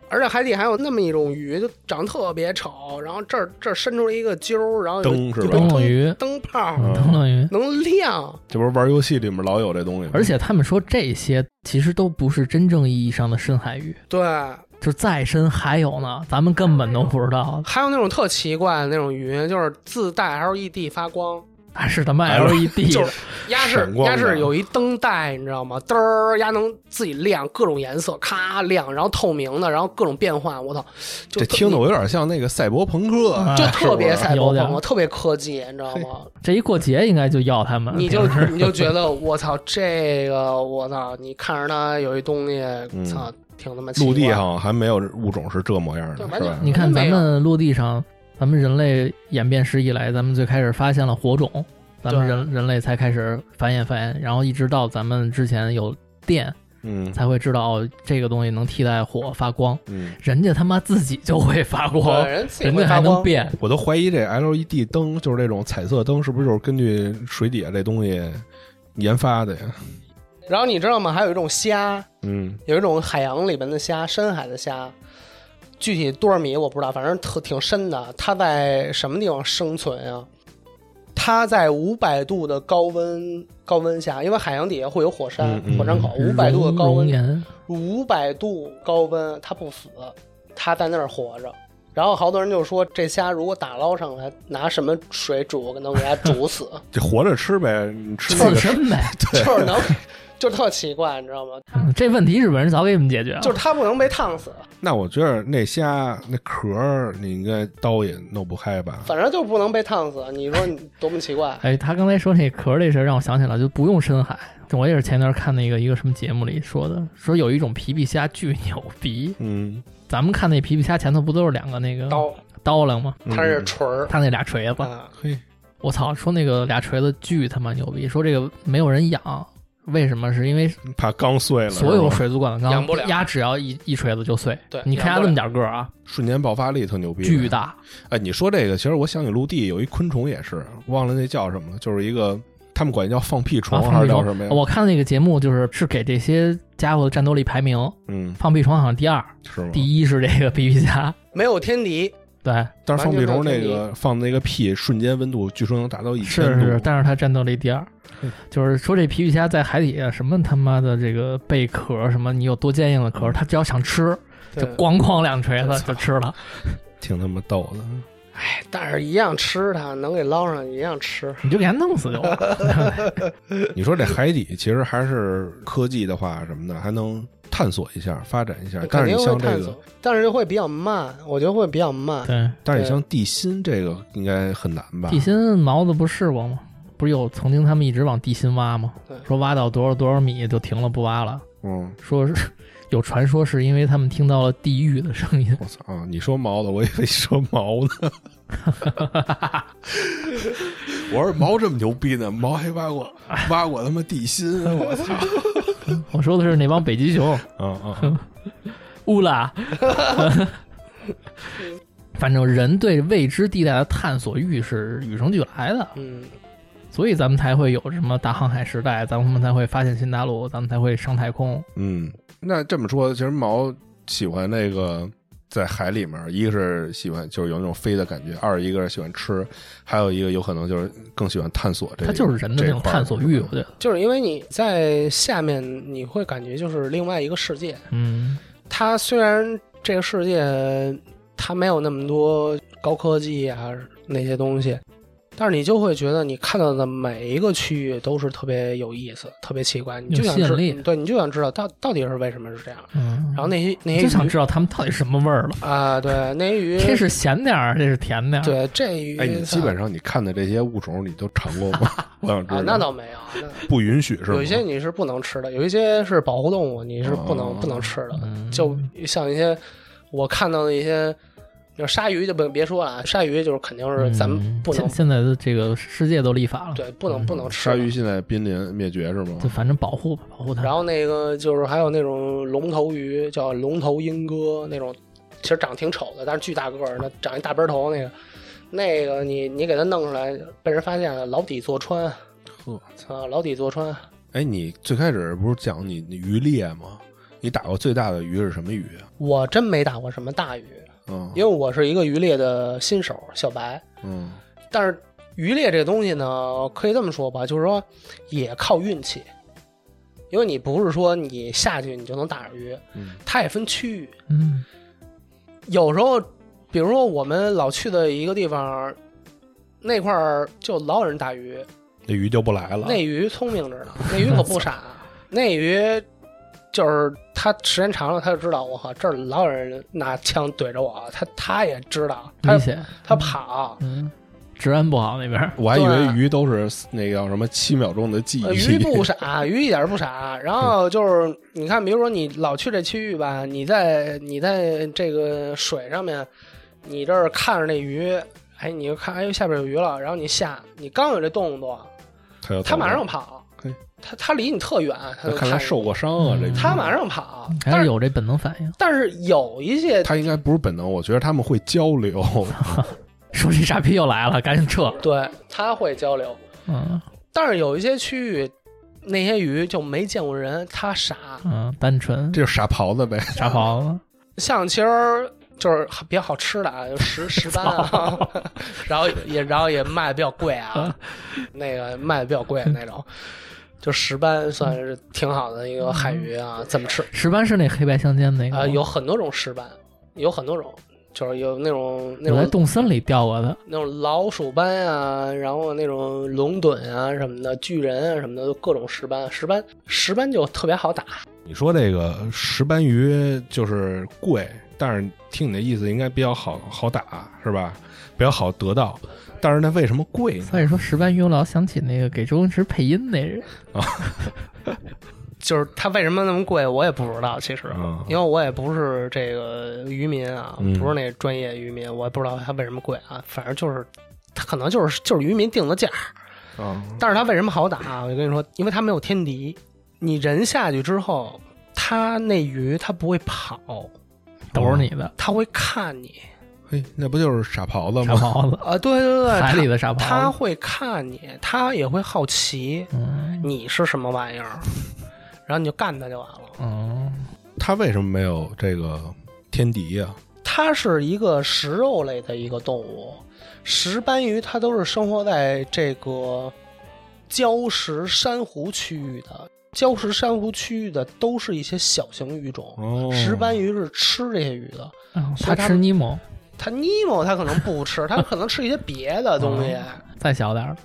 而且海底还有那么一种鱼，就长得特别丑，然后这儿这儿伸出来一个揪儿，然后有
灯是吧
个有个
灯笼鱼
灯泡儿
嗯
等等于，
能亮，
这不是玩游戏里面老有这东西吗？
而且他们说这些其实都不是真正意义上的深海鱼，
对，
就再深还有呢，咱们根本都不知道，
还有那种特奇怪的那种鱼，就是自带 LED 发光，
还是他妈 E
哎呦
LED
就
的
是鸭是
闪光的
鸭是有一灯带，你知道吗？嘚儿，鸭能自己亮各种颜色，咔亮，然后透明的，然后各种变化，我操，就
这
特
听着我有点像那个赛博朋克，
啊
就特别
是不是
赛博
有
朋
点
克，特别科技，你知道吗？
这一过节应该就要
啊
他们，
你就
平时
你就觉得我操这个我操，你看着它有一东西，操，挺他妈奇
嗯
怪
陆地好像还没有物种是这模样的，
对
是
完
吧
全？
你看咱
没有
们陆地上，咱们人类演变史以来，咱们最开始发现了火种，咱们
对
人人类才开始繁衍繁衍，然后一直到咱们之前有电，
嗯
才会知道哦这个东西能替代火发光。
嗯，
人家他妈自己就会发光
对，人自己
人
会
家还
发
能
光，
变。
我都怀疑这 LED 灯就是这种彩色灯，是不是就是根据水底下这东西研发的呀？
然后你知道吗？还有一种虾，
嗯，
有一种海洋里面的虾，深海的虾，具体多少米我不知道，反正特挺深的。它在什么地方生存啊？它在五百度的高温高温下，因为海洋底下会有火山
嗯、嗯
火山口，五百度的高
熔
温，
岩，
五百度高温它不死，它在那儿活着。然后好多人就说，这虾如果打捞上来，拿什么水煮能给它 煮死，
就活着吃呗，你吃那
刺
个
身呗。
就是能，就特奇怪，你知道吗？
嗯这问题日本人早给我们解决了。？
就是它不能被烫死，
那我觉得那虾那壳儿，你应该刀也弄不开吧？
反正就不能被烫死。你说你多么奇怪
哎，他刚才说那壳儿这事儿让我想起来，就不用深海。我也是前段看那个一个什么节目里说的，说有一种皮皮虾巨牛逼。
嗯，
咱们看那皮皮虾前头不都是两个那个
刀，
刀了吗？
嗯
它是锤儿
他那俩锤子，
啊，
嘿，
我操！说那个俩锤子巨他妈牛逼，说这个没有人养，为什么？是因为
怕刚碎了，
所有
是吧
水族馆的缸
养不了
鸭只要一一锤子就碎。
对
你看
养
鸭那
不了
么点个儿啊，
瞬间爆发力特牛逼，
巨。大。
哎，你说这个，其实我想起陆地有一昆虫也是，忘了那叫什么了，就是一个他们管叫放屁虫、
啊放屁
还是叫
虫
什么
嗯
呀？
我看那个节目就是是给这些家伙的战斗力排名，
嗯，
嗯
放屁虫好像第二，
是吗？
第一是这个皮皮虾。
没有天敌，
对，
但是放屁虫
完
那
全没有天
个放那个屁，瞬间温度据说能达到一千
是
度，
是，但是它战斗力第二
嗯。
就是说，这皮皮虾在海底下什么他妈的这个贝壳什么，你有多坚硬的
嗯
壳，它只要想吃，就
对，
咣咣两锤
我
子
操
就吃了。
挺他妈逗的。
哎但是一样吃它，能给捞上一样吃。
你就给它弄死就完了。
你说这海底其实还是科技的话什么的，还能探索一下、发展一下。但
肯
是
定
你
会
像这
探
个
索，，但是会比较慢，我觉得会比较慢。
对，
但是你像地心这个应该很难吧？
地心毛子不试过吗？不是有曾经他们一直往地心挖吗
对？
说挖到多少多少米就停了不挖了。
嗯，
说是有传说是因为他们听到了地狱的声 音。
我操啊！你说毛的，我以为说毛呢。 我说毛这么牛逼呢，毛还挖过挖过他妈地心，啊我操！
我说的是那帮北极 熊，
嗯嗯，
乌 拉。反正人对未知地带的探索欲是与生俱来的，
嗯，
所以咱们才会有什么大航海时代，咱们才会发现新大陆，咱们才会上太空。
嗯，那这么说，其实毛喜欢那个在海里面，一个是喜欢就是有那种飞的感觉，二一个是喜欢吃，还有一个有可能就是更喜欢探索这
它
个。
就是人的那种探索欲，
这
我
块啊
觉得。
就是因为你在下面，你会感觉就是另外一个世界。
嗯，
它虽然这个世界它没有那么多高科技啊那些东西，但是你就会觉得你看到的每一个区域都是特别有意思、特别奇怪，你就想
有吸
知
引力
对，你就想知道到到底是为什么是这样。
嗯
然后那些那些
就想
鱼
知道他们到底什么味儿了。
啊，对，那些鱼
这是咸点儿，这是甜点儿。，
对这鱼，
哎，你基本上你看的这些物种，你都尝过吗？ 我想知道。
啊，那倒没有，那
不允许是吗？
有一些你是不能吃的，有一些是保护动物，你是不能、
哦
不能吃的。
嗯
就像一些我看到的一些，就鲨鱼就不别说了啊，鲨鱼就是肯定是咱们
嗯
不能、
现现在的这个世界都立法了，
对不能
嗯
不能吃
鲨
的
鱼。现在濒临灭绝是吗
就？反正保护吧，保护它。
然后那个就是还有那种龙头鱼，叫龙头鹰哥那种，其实长挺丑的，但是巨大个儿，那长一大背头那个，那个你你给它弄出来，被人发现了，牢底坐穿
呵，
啊，牢底坐穿，
哎，你最开始不是讲你你渔猎吗？你打过最大的鱼是什么鱼啊？
我真没打过什么大鱼，
嗯
因为我是一个渔猎的新手小白，
嗯
但是渔猎这个东西呢，可以这么说吧，就是说也靠运气，因为你不是说你下去你就能打着鱼，
嗯
它也分区域，
嗯，
有时候比如说我们老去的一个地方，那块儿就老有人打鱼，
那鱼就不来了。
那鱼聪明着呢，那鱼可不傻，那鱼就是它时间长了，它就知道我靠这儿老有人拿枪怼着我，它它也知道，它
危险。
它跑。
嗯，治安不好那边儿。
我还以
对
为鱼都是那个叫什么七秒钟的记忆。
呃鱼 不傻，鱼一点儿不傻。然后就是你看，比如说你老去这区域吧，你在你在这个水上面，你这儿看着那鱼，哎，你就看，哎呦下边有鱼了，然后你下，你刚有这动作，
它就
它马上
走了
跑
可以，
它它离你特远，它
那
就
看来
看
受过伤啊，
嗯
这鱼
它马上跑，
还
但
是
是
有这本能反应。
但是有一些
它应该不是本能，我觉得他们会交流。
说这傻逼又来了，赶紧撤。
对它会交流，
嗯
但是有一些区域。那些鱼就没见过人，它傻。
嗯，单纯
这就是傻狍子呗，
傻狍子。
像其实就是比较好吃的啊，就 石石斑啊，然后也然后也卖的比较贵 啊，那个卖的比较贵的那种，就石斑算是挺好的一个海鱼啊，怎么吃
石斑是那黑白相间那个
啊、
吗
有很多种石斑，有很多种，就是有那种那
我在
种
洞森里钓过的，
那种老鼠斑啊，然后那种龙趸啊什么的，巨人啊什么的，就各种石斑，石斑石斑就特别好打，
你说这个石斑鱼就是贵，但是听你的意思应该比较好好打是吧？比较好得到，但是它为什么贵呢？
所以说石斑鱼我老想起那个给周星驰配音那人，
就是它为什么那么贵，我也不知道，其实，
嗯
因为我也不是这个渔民啊，
嗯
不是那专业渔民，我也不知道它为什么贵啊。反正就是，它可能就是就是渔民定的价，
啊，
但是它为什么好打啊？我就跟你说，因为它没有天敌，你人下去之后，它那鱼它不会跑，
都
哦
是你的
它会看你
嘿，哎那不就是傻狍子
傻
吗？
狍子，
啊、对对对，
海
它
里的傻
它
狍子。
会看你，它也会好奇
嗯
你是什么玩意儿，然后你就干它就完了。
嗯，
它为什么没有这个天敌呀、啊
它是一个食肉类的一个动物，石斑鱼它都是生活在这个礁石珊瑚区域的。礁石珊瑚区域的都是一些小型鱼种，
哦
石斑鱼是吃这些鱼的。
嗯
所
他
以他
吃
们
尼莫，
它尼莫它可能不吃，它可能吃一些别的东西。
再小点儿了，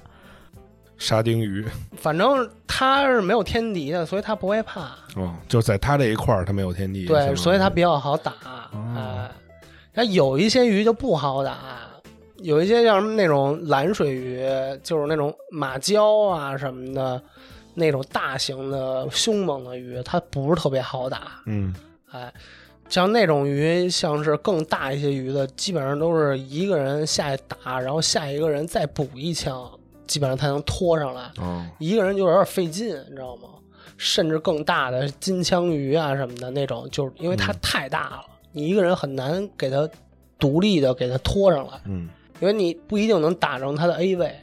沙丁鱼
反正它是没有天敌的，所以它不会怕。
哦，就在它这一块儿，它没有天敌，相当
对，
于
所以它比较好打。
哦
哎，那有一些鱼就不好打，有一些像什么那种蓝水鱼，就是那种马鲛啊什么的，那种大型的凶猛的鱼，它不是特别好打。
嗯
哎，像那种鱼，像是更大一些鱼的，基本上都是一个人下去打，然后下一个人再补一枪，基本上才能拖上来。
哦
一个人就有点费劲，你知道吗？甚至更大的金枪鱼啊什么的那种，就是因为它太大了，你一个人很难给它独立的给它拖上来，
嗯
因为你不一定能打中它的 A 位，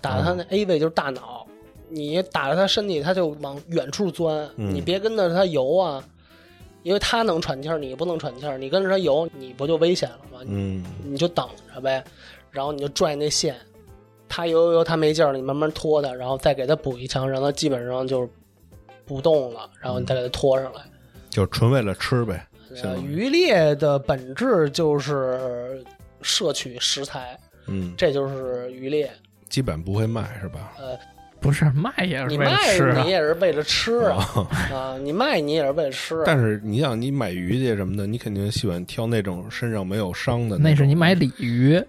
打到它的 A 位就是大脑，你打着它身体，它就往远处钻，
嗯
你别跟着它游啊，因为它能喘气儿，你不能喘气儿，你跟着它游，你不就危险了吗？
嗯
你就等着呗，然后你就拽那线，它游游游，它没劲儿了，你慢慢拖它，然后再给它补一枪，让它基本上就是不动了，然后你再给它拖上来。
就纯为了吃呗，
嗯
呃
行
渔猎的本质就是摄取食材，
嗯，
这就是渔猎。
基本不会卖是吧？
不是卖也是
你
为了
卖
吃啊
你。也是为了吃啊，
哦
啊，你卖你也是为了吃啊。
但是你想，你买鱼去什么的，你肯定喜欢挑那种身上没有伤的
那是
种
你买鲤鱼，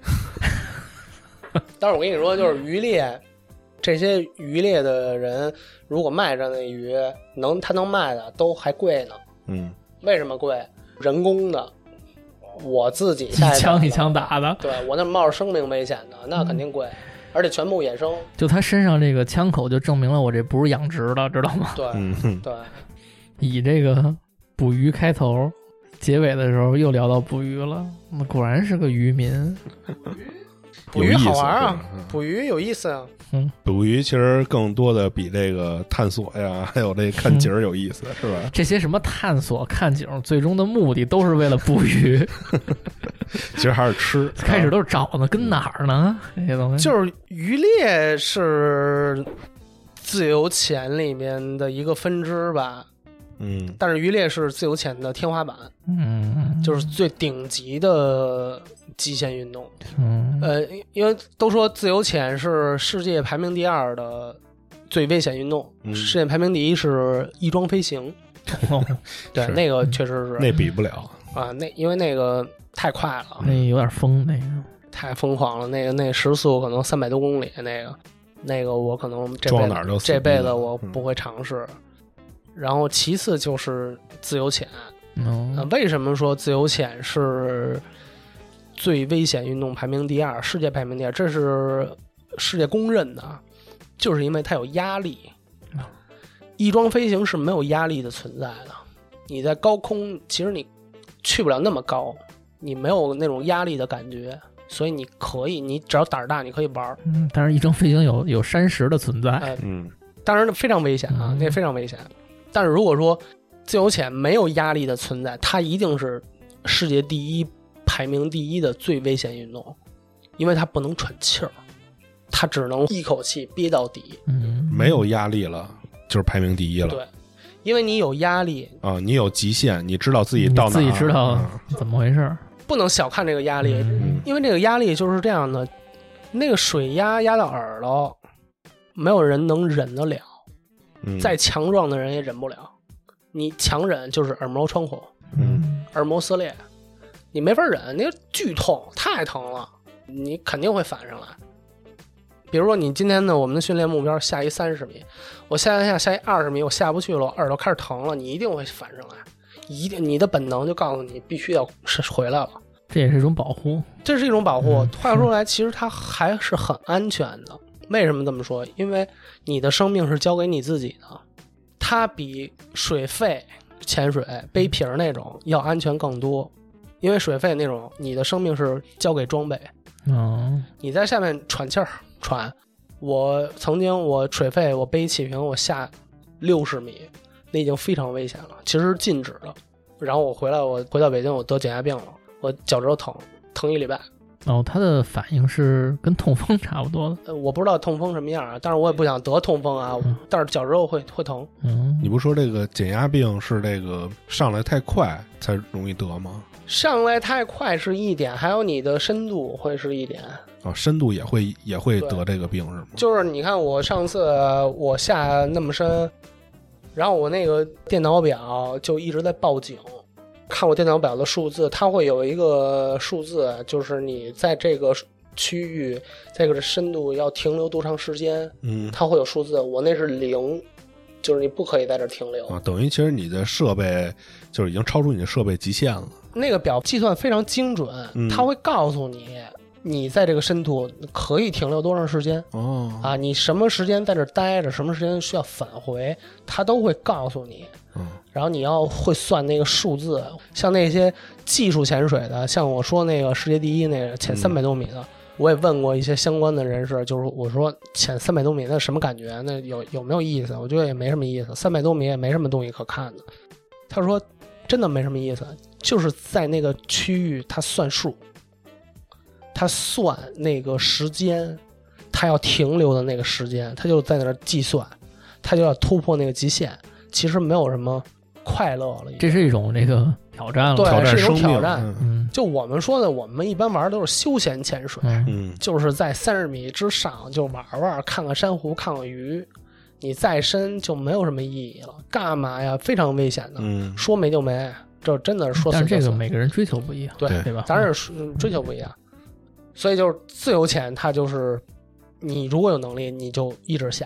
但是我跟你说，就是渔猎，这些渔猎的人如果卖着那鱼，能他能卖的都还贵呢。
嗯
为什么贵？人工的，我自己
一
下去
枪
的
一枪，嗯打的，
对我那冒着生命危险的，那肯定贵，而且全部野生，
就他身上这个枪口就证明了我这不是养殖的，知道吗？
对、
嗯哼
对，
以这个捕鱼开头，结尾的时候又聊到捕鱼了，那果然是个渔民。
捕鱼好玩
有意思是
啊
吧嗯，
捕鱼有意思啊，
捕鱼其实更多的比这个探索呀，还有这 看景儿有意思，是吧？
这些什么探索、看景，最终的目的都是为了捕 鱼。
其实还是吃。
开始
啊
都是找呢，跟哪儿呢？这些东西
就是渔猎是自由潜里面的一个分支吧，
嗯
但是渔猎是自由潜的天花板，
嗯，
就是最顶级的极限运动。
嗯
呃，因为都说自由潜是世界排名第二的最危险运动，
嗯
世界排名第一是翼装飞 行，
哦
对，
是嗯
那个确实是
那嗯比不了。
啊，那因为那个太快了，
那有点疯那个。
太疯狂了，那个那时速可能三百多公里，那个那个我可能这辈
撞
子
哪儿都死
这辈
定
子
了
我
嗯
不会尝试。然后其次就是自由潜，呃，
嗯，
为什么说自由潜是最危险运动排名第二，世界排名第二？这是世界公认的啊，就是因为它有压力
啊。
翼装飞行是没有压力的存在的，你在高空，其实你去不了那么高，你没有那种压力的感觉，所以你可以，你只要胆儿大，你可以玩儿。
嗯但是一张飞行有有山石的存在，
呃，
嗯
当然非常危险啊，
嗯
那非常危险。但是如果说自由潜没有压力的存在，它一定是世界第一、排名第一的最危险运动，因为它不能喘气儿，它只能一口气憋到底。
嗯，
没有压力了，就是排名第一了
对，因为你有压力，
啊！你有极限，你知道自己到
你
哪
自
儿，
己知道
啊
怎么回事儿。
不能小看这个压力，
嗯
因为这个压力就是这样的，那个水压压到耳朵，没有人能忍得了，
嗯
再强壮的人也忍不了。你强忍就是耳膜穿孔。
嗯
耳膜撕裂，你没法忍，那个剧痛太疼了，你肯定会反上来。比如说你今天呢，我们的训练目标下一三十米，我下一下下一二十米，我下不去了，耳朵开始疼了，你一定会反上来，一定你的本能就告诉你必须要是回来了，
这也是一种保护。
这是一种保护
嗯。
话说来，其实它还是很安全的。为什么这么说？因为你的生命是交给你自己的，它比水肺潜水背瓶儿那种要安全更多。因为水肺那种，你的生命是交给装备，
嗯，
你在下面喘气儿喘。我曾经我水肺我背气瓶我下六十米，那已经非常危险了，其实是禁止的。然后我回来，我回到北京，我得减压病了，我脚趾头疼，疼一礼拜。
然后它哦的反应是跟痛风差不多的，
呃，我不知道痛风什么样啊，但是我也不想得痛风啊
嗯，
但是脚趾头会会疼。
嗯，
你不说这个减压病是这个上来太快才容易得吗？
上来太快是一点，还有你的深度会是一点。
啊，深度也会也会
对
得这个病是吗？
就是你看我上次我下那么深，然后我那个电脑表就一直在报警，看我电脑表的数字，它会有一个数字，就是你在这个区域、在这个深度要停留多长时间，
嗯
它会有数字。我那是零，就是你不可以在这儿停留。
啊，等于其实你的设备就是已经超出你的设备极限了。
那个表计算非常精准
嗯，
它会告诉你你在这个深度可以停留多长时间
哦，
啊，你什么时间在这儿待着，什么时间需要返回，它都会告诉你。
嗯，
然后你要会算那个数字，像那些技术潜水的，像我说那个世界第一那个潜三百多米的，我也问过一些相关的人士，就是我说潜三百多米那什么感觉？那有有没有意思？我觉得也没什么意思，三百多米也没什么东西可看的。他说真的没什么意思，就是在那个区域他算数，他算那个时间，他要停留的那个时间，他就在那儿计算，他就要突破那个极限。其实没有什么快乐了已经，
这是一种这个挑战了，
对
挑战
是一
生
种
命，
挑战
嗯
嗯
就我们说的，我们一般玩都是休闲潜水，
嗯，
嗯
就是在三十米之上就玩玩，看看珊瑚，看看鱼。你再深就没有什么意义了，干嘛呀？非常危险的，
嗯，
说没就没，这真的是说
但
死
是
就
这
死。
个每个人追求不一样，
对
对吧？
咱是嗯追求不一样，所以就是自由潜，它就是你如果有能力，你就一直下；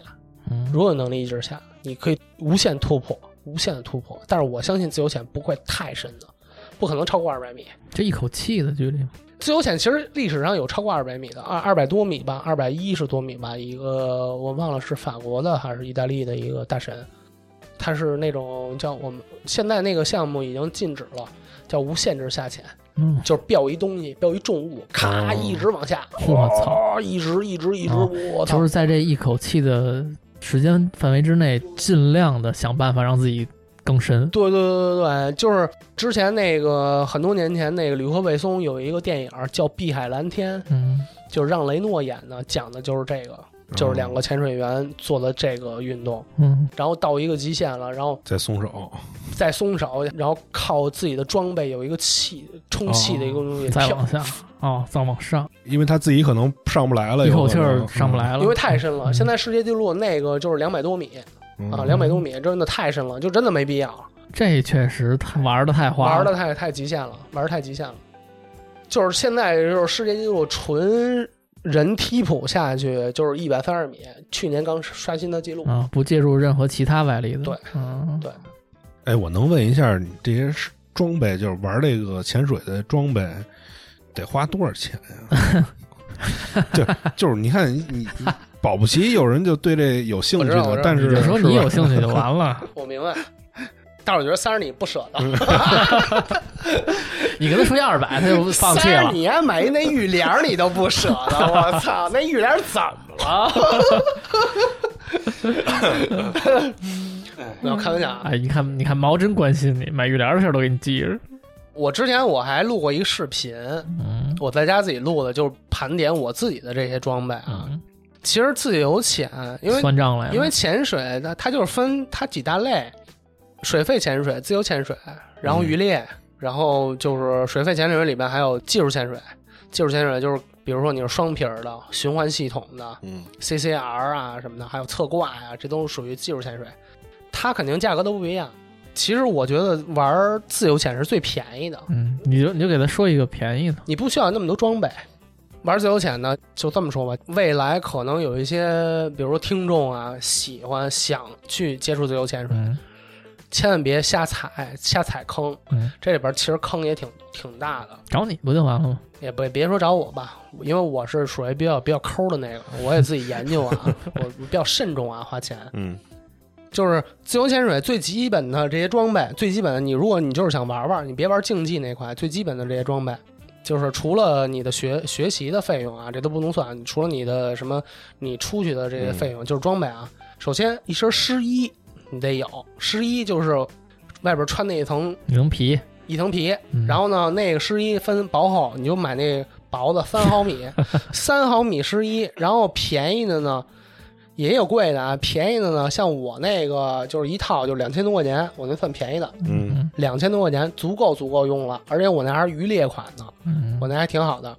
嗯
如果有能力一直下，你可以无限突破，无限的突破。但是我相信自由潜不会太深的，不可能超过二百米。
这一口气的距离，
自由潜其实历史上有超过二百米的，二二百多米吧，二百一十多米吧，一个我忘了是法国的还是意大利的一个大神，他是那种叫我们现在那个项目已经禁止了，叫无限制下潜，
嗯，
就是吊一东西，吊一重物，
哦
咔一直往下，
我操，
啊，一直一直一直，
哦
我操
就，是在这一口气的时间范围之内，尽量的想办法让自己更深。
对对对对对，就是之前那个很多年前那个吕克贝松有一个电影叫《碧海蓝天》，
嗯，
就是让雷诺演的，讲的就是这个。就是
嗯
两个潜水员做的这个运动，
嗯，
然后到一个极限了，然后
再松手，
再松手，然后靠自己的装备有一个气充气的一个东西
再
跳，
往下，哦，再往上，
因为他自己可能上不来了，嗯
一
有
口气
可能
儿上不，来了，
因为太深了。
嗯
现在世界纪录那个就是两百多米
嗯
啊，
嗯
两百多米真的太深了，就真的没必要，
这确实太玩的太花
玩的
了。
太太极限了，玩的太极限了。就是现在就是世界纪录纯人踢普下去就是一百三十米，去年刚刷新的记录。
啊，不借助任何其他外力的，
对，
嗯，
对
哎，我能问一下，你这些装备，就是玩这个潜水的装备，得花多少钱呀、 就就是你看你你你保不齐有人就对这有兴趣
我知道我
的
知，道
但是
有时候你有
是吧
兴趣就完了，
我明白，但是我觉得三十米不舍得。
你跟他说二百，他就放弃
三 儿
了。
你还买那浴帘儿你都不舍 得，我操，那浴帘儿怎么了？没有开玩笑啊！
哎，你看，你看，毛真关心你，买浴帘的事儿都给你记着。
我之前我还录过一个视频，
嗯
我在家自己录的，就是盘点我自己的这些装备啊。
嗯，
其实自由潜，因为
算账来了，
因为潜水它它就是分它几大类，水肺潜水、自由潜水，然
嗯
后渔猎，然后就是水肺潜水里边还有技术潜水。技术潜水就是比如说你是双皮儿的、循环系统的、
嗯
CCR 啊什么的，还有侧挂呀、这都是属于技术潜水，它肯定价格都不一样。其实我觉得玩自由潜是最便宜的，
嗯，你就你就给他说一个便宜的，
你不需要那么多装备。玩自由潜呢，就这么说吧，未来可能有一些，比如说听众啊，喜欢想去接触自由潜水，
嗯
千万别瞎踩瞎踩坑，
嗯，
这里边其实坑也挺挺大的。
找你不就完了吗？
也不别说找我吧，因为我是属于比较比较抠的那个，我也自己研究啊， 我比较慎重啊，花钱。
嗯
就是自由潜水最基本的这些装备，最基本的你如果你就是想玩玩，你别玩竞技那块，最基本的这些装备，就是除了你的学学习的费用啊，这都不能算，除了你的什么你出去的这些费用，就是装备啊。首先一身湿衣你得有，湿衣就是外边穿那一层
羽绒皮，
一层皮，
嗯
然后呢，那个湿衣分薄厚，你就买那薄的三 毫米，三毫米湿衣，然后便宜的呢。也有贵的啊，便宜的呢，像我那个就是一套就两千多块钱，我那算便宜的，
嗯
嗯
两千多块钱足够足够用了，而且我那还是渔猎款呢，
嗯，
我那还挺好的。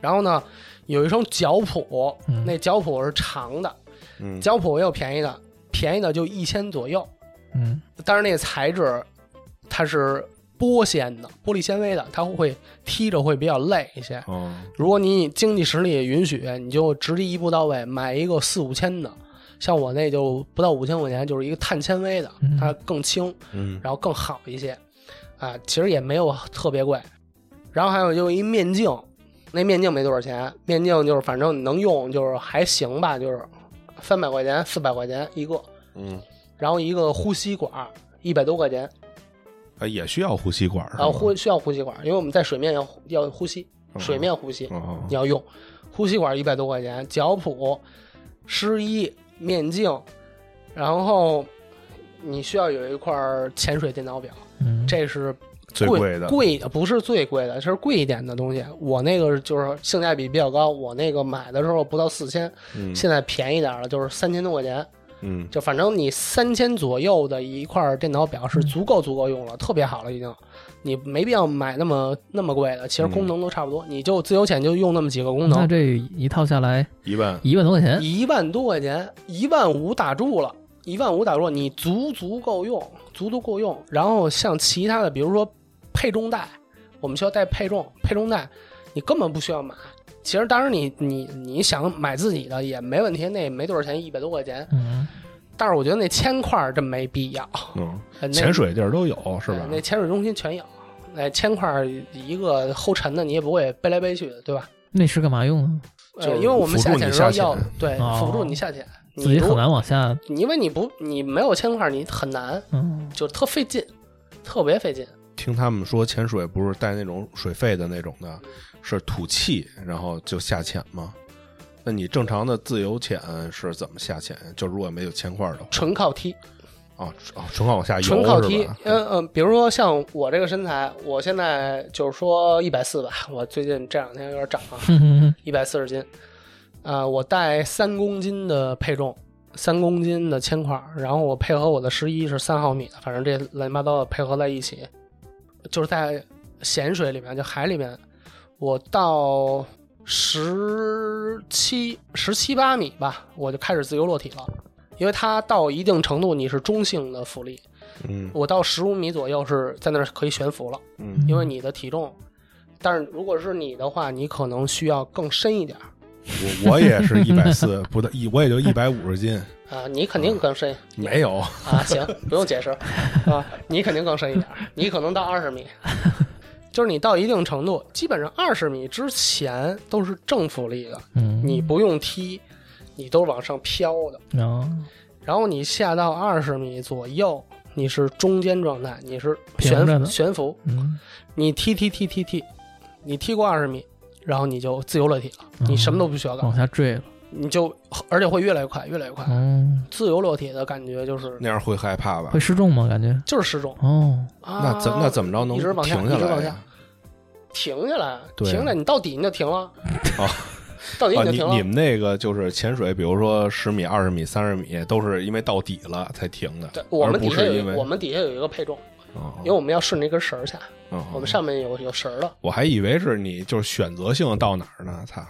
然后呢，有一双脚蹼，
嗯
那脚蹼是长的，
嗯，
脚蹼也有便宜的，便宜的就一千左右，
嗯
但是那个材质它是玻纤的，玻璃纤维的，它会踢着会比较累一些。
哦，
如果你经济实力允许，你就直接一步到位买一个四五千的，像我那就不到五千块钱，就是一个碳纤维的
嗯，
它更轻，
嗯
然后更好一些，啊，其实也没有特别贵。然后还有就是一面镜，那面镜没多少钱，面镜就是反正你能用就是还行吧，就是三百块钱、四百块钱一个，
嗯，
然后一个呼吸管一百多块钱，
啊，也需要呼吸管儿是吧
然后啊呃呼需要呼吸管，因为我们在水面要呼要呼吸，
嗯
水面呼吸
哦
你要用，呼吸管一百多块钱，脚蹼、湿衣、面镜，然后你需要有一块潜水电脑表，
嗯，
这是
最
贵
贵的，
贵的不是最贵的，这是贵一点的东西。我那个就是性价比比较高，我那个买的时候不到四千，
嗯
现在便宜点儿了，就是三千多块钱。
嗯
就反正你三千左右的一块电脑表是足够足够用了，特别好了已经，你没必要买那么那么贵的，其实功能都差不多，你就自由潜就用那么几个功
那
能，
这一套下来
一万，
一万多块钱，
一万多块钱，一万五打住了，一万五打住了，你足足够用，足足够用。然后像其他的，比如说配重带，我们需要带配重，配重带你根本不需要买。其实当然你你你想买自己的也没问题，那也没多少钱，一百多块钱。
嗯
但是我觉得那铅块儿真没必要，
嗯，
呃那
潜水地儿都有是
哎
吧？
那潜水中心全有，那铅块儿一个后沉的，你也不会背来背去的，对吧？，
那是干嘛用啊的？
呃
就是
因为我们
辅助
下
你
潜的时
下
候要
潜
对
哦
辅助你下潜，
自己
你
很
不，
难往下，
因为你不你没有铅块儿，你很难，
嗯
就特费劲，特别费劲。
听他们说潜水不是带那种水肺的那种的，是吐气然后就下潜吗？那你正常的自由潜是怎么下潜？就如果没有铅块儿的话，
纯靠踢，
哦哦，纯靠往下游
纯靠踢
是吧，
嗯嗯，比如说像我这个身材，我现在就是说一百四吧，我最近这两天有点长啊，
哼哼哼
一百四十斤，啊、我带三公斤的配重，三公斤的铅块儿，然后我配合我的十一是三毫米的，反正这乱七八糟的配合在一起，就是在咸水里面，就海里面，我到十七十七八米吧，我就开始自由落体了。因为它到一定程度，你是中性的浮力。
嗯
我到十五米左右是在那儿可以悬浮了。
嗯
因为你的体重。但是如果是你的话，你可能需要更深一点儿
我我也是一百 四，不到一我也就一百五十斤，
啊，你肯定更深
没有，
啊，行，不用解释啊，你肯定更深一点儿，你可能到 二十米，就是你到一定程度，基本上二十米之前都是正浮力的，
嗯，
你不用踢，你都是往上飘的，
哦
然后你下到二十米左右。你是中间状态，你是
平着
悬
的
悬浮，
嗯，
你踢踢踢踢踢，你踢过二十米，然后你就自由落体了，你什么都不需要干
嗯
往，下坠了，
你就而且会越来越快，越来越快。
嗯，
自由落体的感觉就是
那样会害怕吧
会？失重吗？感觉
就是失重
哦，
啊。
那怎那怎么着能
一直往下
停
一直
来
往下
呀？
停下来？
对啊
停下来，你到底你就停了。
哦，
到底
啊，
就
你
停
你
了。
们那个就是潜水，比如说十米、二十米、三十米，都是因为到底了才停的
对，，我
而
们
不
底下
是因
有
为
我们底下有一个配重，
哦
因为我们要顺着一根绳儿下，
哦
我们上面有有绳儿的，
我还以为是你就是选择性到哪儿呢？操，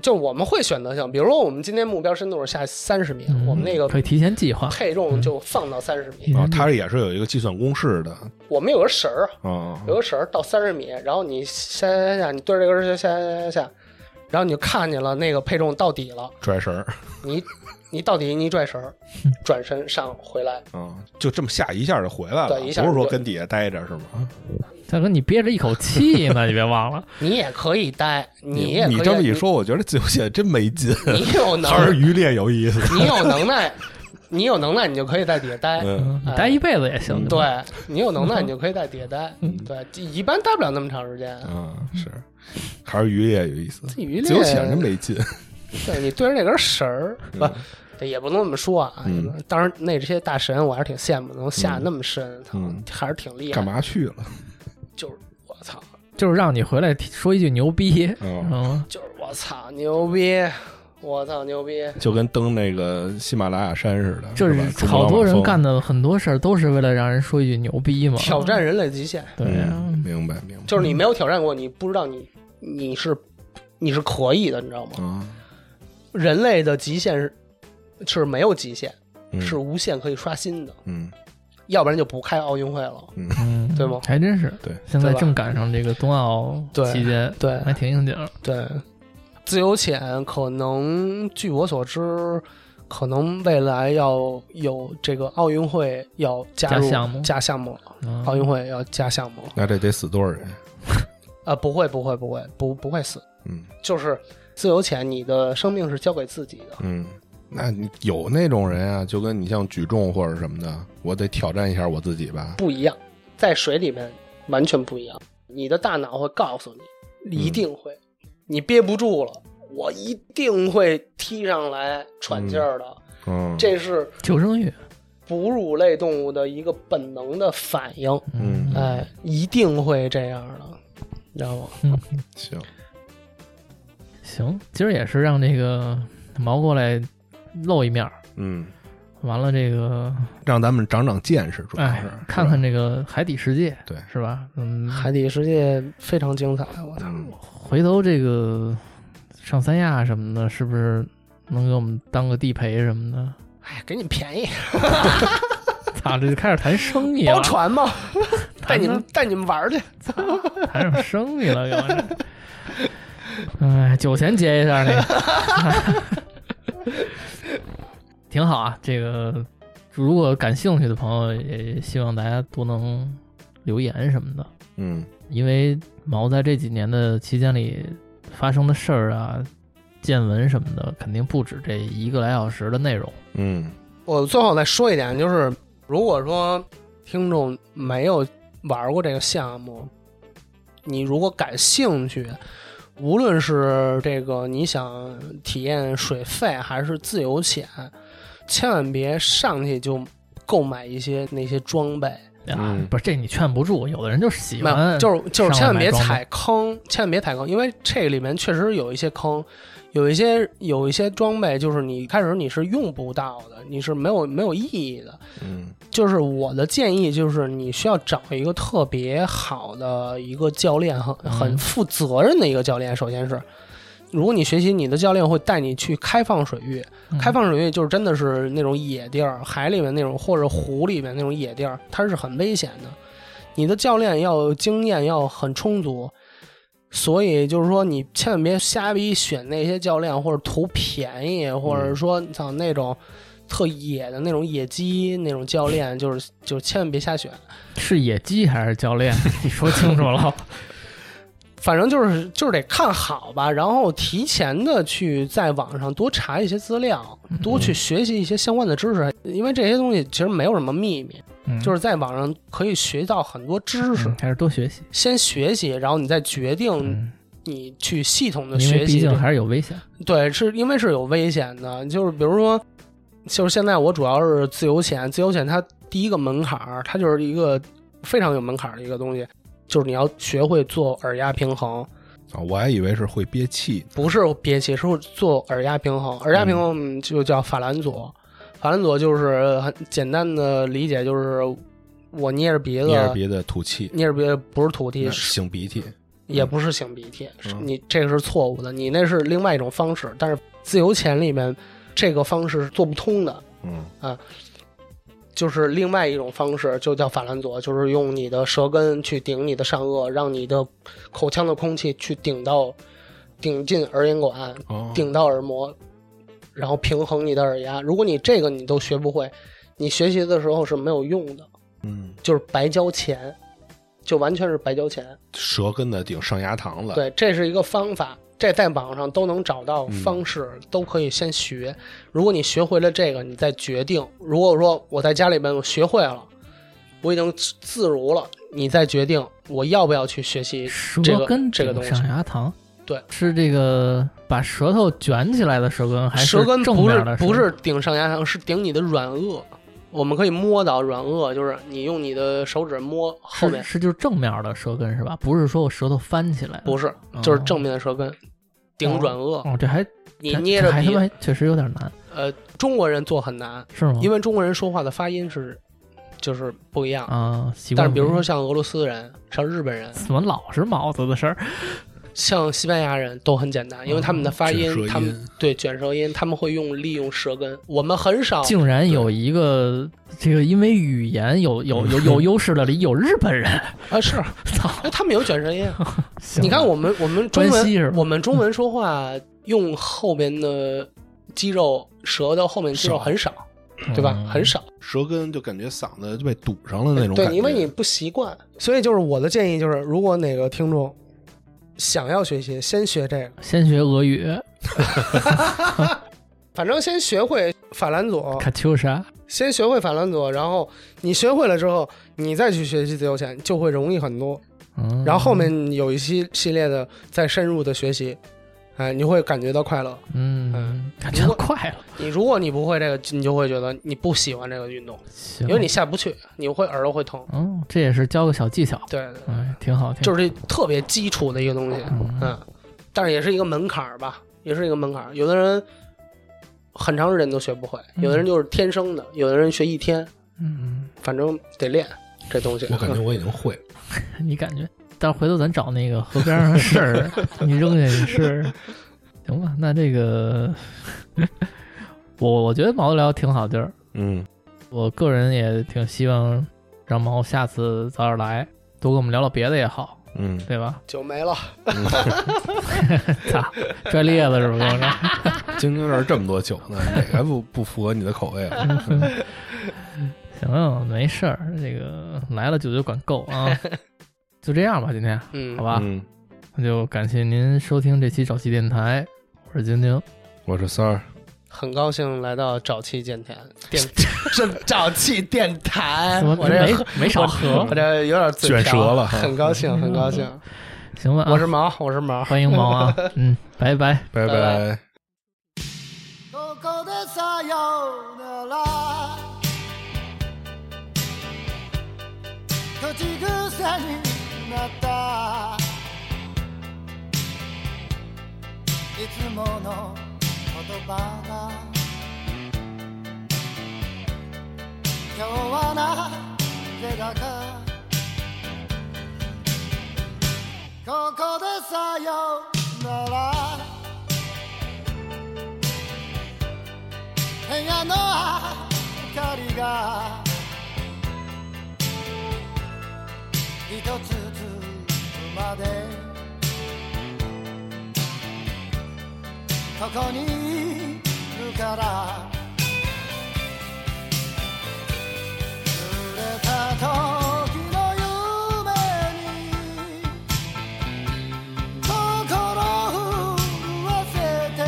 就是我们会选择性，比如说我们今天目标深度是下三十米，
嗯
我们那个
可以提前计划，
配重
嗯
就放到三十米，
嗯
啊，它也是有一个计算公式的，
我们有个绳儿，
啊，
有个绳儿到三十米，然后你下下下，你对着这根绳儿下下下下，然后你就看见了那个配重到底了。
拽绳儿，
你你到底你一拽绳儿，转身上回来，
啊，就这么下一下就回来了，
对
不
一
是
下就
说跟底下待着是吗？
大哥，你憋着一口气呢，你别忘 了，
你也可以待，也可以
你这么一，说，我觉得自由潜真没劲，
你 你有
还是
能，
渔猎有意思。
你有能耐，你有能耐，你就可以在底下待。
嗯，
嗯，你待一辈子也行，吧，
对你有能耐，你就可以在底下待。对，一般待不了那么长时间。
啊，是，还是渔猎有意思。
自己鱼
自由潜真
类，
没劲。
对你对着那根绳儿，不，这也不能这么说啊
嗯。
当然，那这些大神我还是挺羡慕，能下那么深，操
嗯
还是挺厉害。
干？嘛去了？
就是我操，
就是让你回来说一句牛逼，
嗯，
嗯，
就是我操牛逼，我操牛逼，
就跟登那个喜马拉雅山似的，
就是
吧
好多人干，的很多事儿都是为了让人说一句牛逼嘛，
挑战人类极限，
冲
对
浪吧
啊，
嗯，明白明白，
就是你没有挑战过，你不知道你你是你是可以的，你知道吗？
啊，
人类的极限是是没有极限，
嗯
是无限可以刷新的，
嗯
要不然就不开奥运会了。
嗯，
对吗
还真是，
对
现在
对吧
正赶上这个冬奥
对
期间，
对
还挺应景儿。
对，自由潜可能据我所知，可能未来要有这个奥运会要加入
加项目
加项目了，
嗯
奥运会要加项目了。
那这得死多少人？
啊，不会不会不会不不会死，
嗯
就是自由潜，你的生命是交给自己的。
嗯，那你有那种人啊，就跟你像举重或者什么的，我得挑战一下我自己吧。
不一样，在水里面完全不一样。你的大脑会告诉你，
嗯
一定会，你憋不住了，我一定会踢上来喘气儿的。
嗯，
这是
求生欲，
哺乳类动物的一个本能的反应，
嗯
哎，一定会这样的，你知道吗？
行，
行，今儿也是让这个毛过来露一面儿，
嗯，
完了这个
让咱们长长见识，主要
哎
是
看
嗯
看这个海底世界，
对
是吧？嗯，
海底世界非常精彩，我操！
嗯
回头这个上三亚什么的，是不是能给我们当个地陪什么 的？
哎，给你便宜，
操，这就开始谈生意了
包，船嘛，带
谈
你们带你们玩儿去。
谈上生意了，给我这。哎，酒钱结一下那个， 挺好啊。这个如果感兴趣的朋友，也希望大家多能留言什么的，
嗯
因为毛在这几年的期间里发生的事儿啊、见闻什么的，肯定不止这一个来小时的内容。
嗯
我最后再说一点，就是如果说听众没有玩过这个项目，你如果感兴趣，无论是这个你想体验水费还是自由潜，千万别上去就购买一些那些装备，
啊，
嗯
不是这你劝不住，有的人就是喜
没有，
欢，
就是就是千万别
上来
踩坑，千万别踩坑，因为这里面确实有一些坑，有一些有一些装备，就是你开始你是用不到的，你是没有没有意义的。
嗯
就是我的建议就是，你需要找一个特别好的一个教练，很
嗯
很负责任的一个教练。首先是，如果你学习，你的教练会带你去开放水域，
嗯
开放水域就是真的是那种野地儿，海里面那种或者湖里面那种野地儿，它是很危险的。你的教练要经验要很充足，所以就是说你千万别瞎逼选那些教练，或者图便宜，或者说像那种特野的那种野鸡那种教练，就是就千万别瞎选。
是野鸡还是教 练？你说清楚了。
反正就是就是得看好吧，然后提前的去在网上多查一些资料，
嗯
多去学习一些相关的知识，因为这些东西其实没有什么秘密，
嗯
就是在网上可以学到很多知识
嗯。还是多学习。
先学习，然后你再决定
嗯，
你去系统的
因为
学
毕
习。
竟还是有危险。
对，是因为是有危险的，就是比如说，就是现在我主要是自由潜，自由潜它第一个门槛儿，它就是一个非常有门槛儿的一个东西，就是你要学会做耳压平衡。
啊，我还以为是会憋气，
不是憋气，是做耳压平衡。耳压平衡就叫法兰佐，法兰佐就是很简单的理解，就是我捏着鼻子，
捏着鼻子吐气，
捏着鼻子啊不是吐气
那，擤鼻涕，
也不是擤鼻涕，是
嗯
你这个是错误的，你那是另外一种方式。但是自由潜里面这个方式是做不通的，
嗯
就是另外一种方式，就叫法兰佐，就是用你的舌根去顶你的上颚，让你的口腔的空气去顶到顶进耳咽管，
哦，
顶到耳膜，然后平衡你的耳压。如果你这个你都学不会，你学习的时候是没有用的，
嗯，
就是白交钱，就完全是白交钱。
舌根子顶上牙膛了，
对，这是一个方法，这在网上都能找到方式，都可以先学。如果你学会了这个，你再决定。如果说我在家里边我学会了，我已经自自如了，你再决定我要不要去学习。
舌
这个
根
这个
顶
东西
上牙膛，
对，
是这个把舌头卷起来的舌根，还
舌根
正
不
面
是
的舌
不是顶上牙膛，是顶你的软腭。我们可以摸到软腭，就是你用你的手指摸后面
是，是就是正面的舌根是吧？不是说我舌头翻起来，
不是，就是正面的舌根顶软腭，
哦哦，这还
你
这
捏
这
着
还他哦
鼻，
妈确实有点难，
呃，中国人做很难，
是吗？
因
为
为中国人说话的发音是就是不一样。
啊，习
但
惯
是比如
不一
说
样
像俄罗斯人、像日本人、
怎么老是毛子的事儿，
像西班牙人都很简单，因为他
哦
们的发音
卷舌，音
他们对卷舌音，他们会用利用舌根。我们很少
竟然有一个这个因为语言有有有 有优势的里有日本人，
啊，是，
操！
哎，他们有卷舌音。
行
你看我们我们中
关西是
文
吧
我们中文说话用后边的肌肉，舌头后面肌肉
少
很少，对吧？
嗯
很少，
舌根就感觉嗓子就被堵上了那种感觉。
对，因为你不习惯。
所以就是我的建议就是，如果哪个听众想要学习，先学这个，
嗯先学俄语，
哦
反正先学会法兰佐，
卡秋莎，
先学会法兰佐，然后你学会了之后，你再去学习自由潜就会容易很多。
嗯，
然后后面有一期系列的再深入的学习，哎，你会感觉到快乐。
嗯
嗯，
感觉
如果
快了，
你如果你不会这个，你就会觉得你不喜欢这个运动，
行，
因为你下不去，你会耳朵会疼。
嗯，这也是教个小技巧，
对，对对
哎，挺好，挺
就
好
是这特别基础的一个东西，
嗯
嗯，但是也是一个门槛儿吧，也是一个门槛儿。有的人很长时间都学不会，有的人就是天生的，有的人学一天，
嗯，
反正得练这东西。
我感觉我已经会了，
嗯你感觉，但是回头咱找那个河边 上的事儿，你扔下去试试，行吧？那这个，我我觉得毛子聊挺好地儿，
嗯，
我个人也挺希望让毛下次早点来，多跟我们聊聊别的也好，
嗯，
对吧？
酒没了。
拽咧子是不是？我说
京京这儿这么多酒呢，哪个不不符合你的口味啊？
行，没事儿，这个来了酒就管够 啊，就这样吧，今天
嗯，
好吧？
嗯，
那就感谢您收听这期找气电台，我是晶晶，
我是三儿，
很高兴来到沼气电台电，这沼气电台，
我
哎我这
没没少喝
我，这有点嘴瓢
卷舌了哈
很高兴，很高兴。
行吧、啊？
我是毛，我是毛。
欢迎毛啊，嗯，拜拜。
拜
拜拜
拜。
どこでさようなら口癖になったいつもの言葉が今日はなぜだかここでさようなら部屋の明かりが一つずつまでここにいるから濡れた時の夢に心震わせて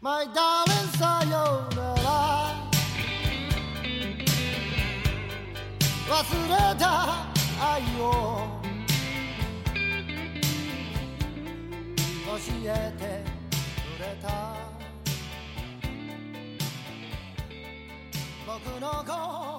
My darling さようなら忘れた愛を教えてくれた僕の心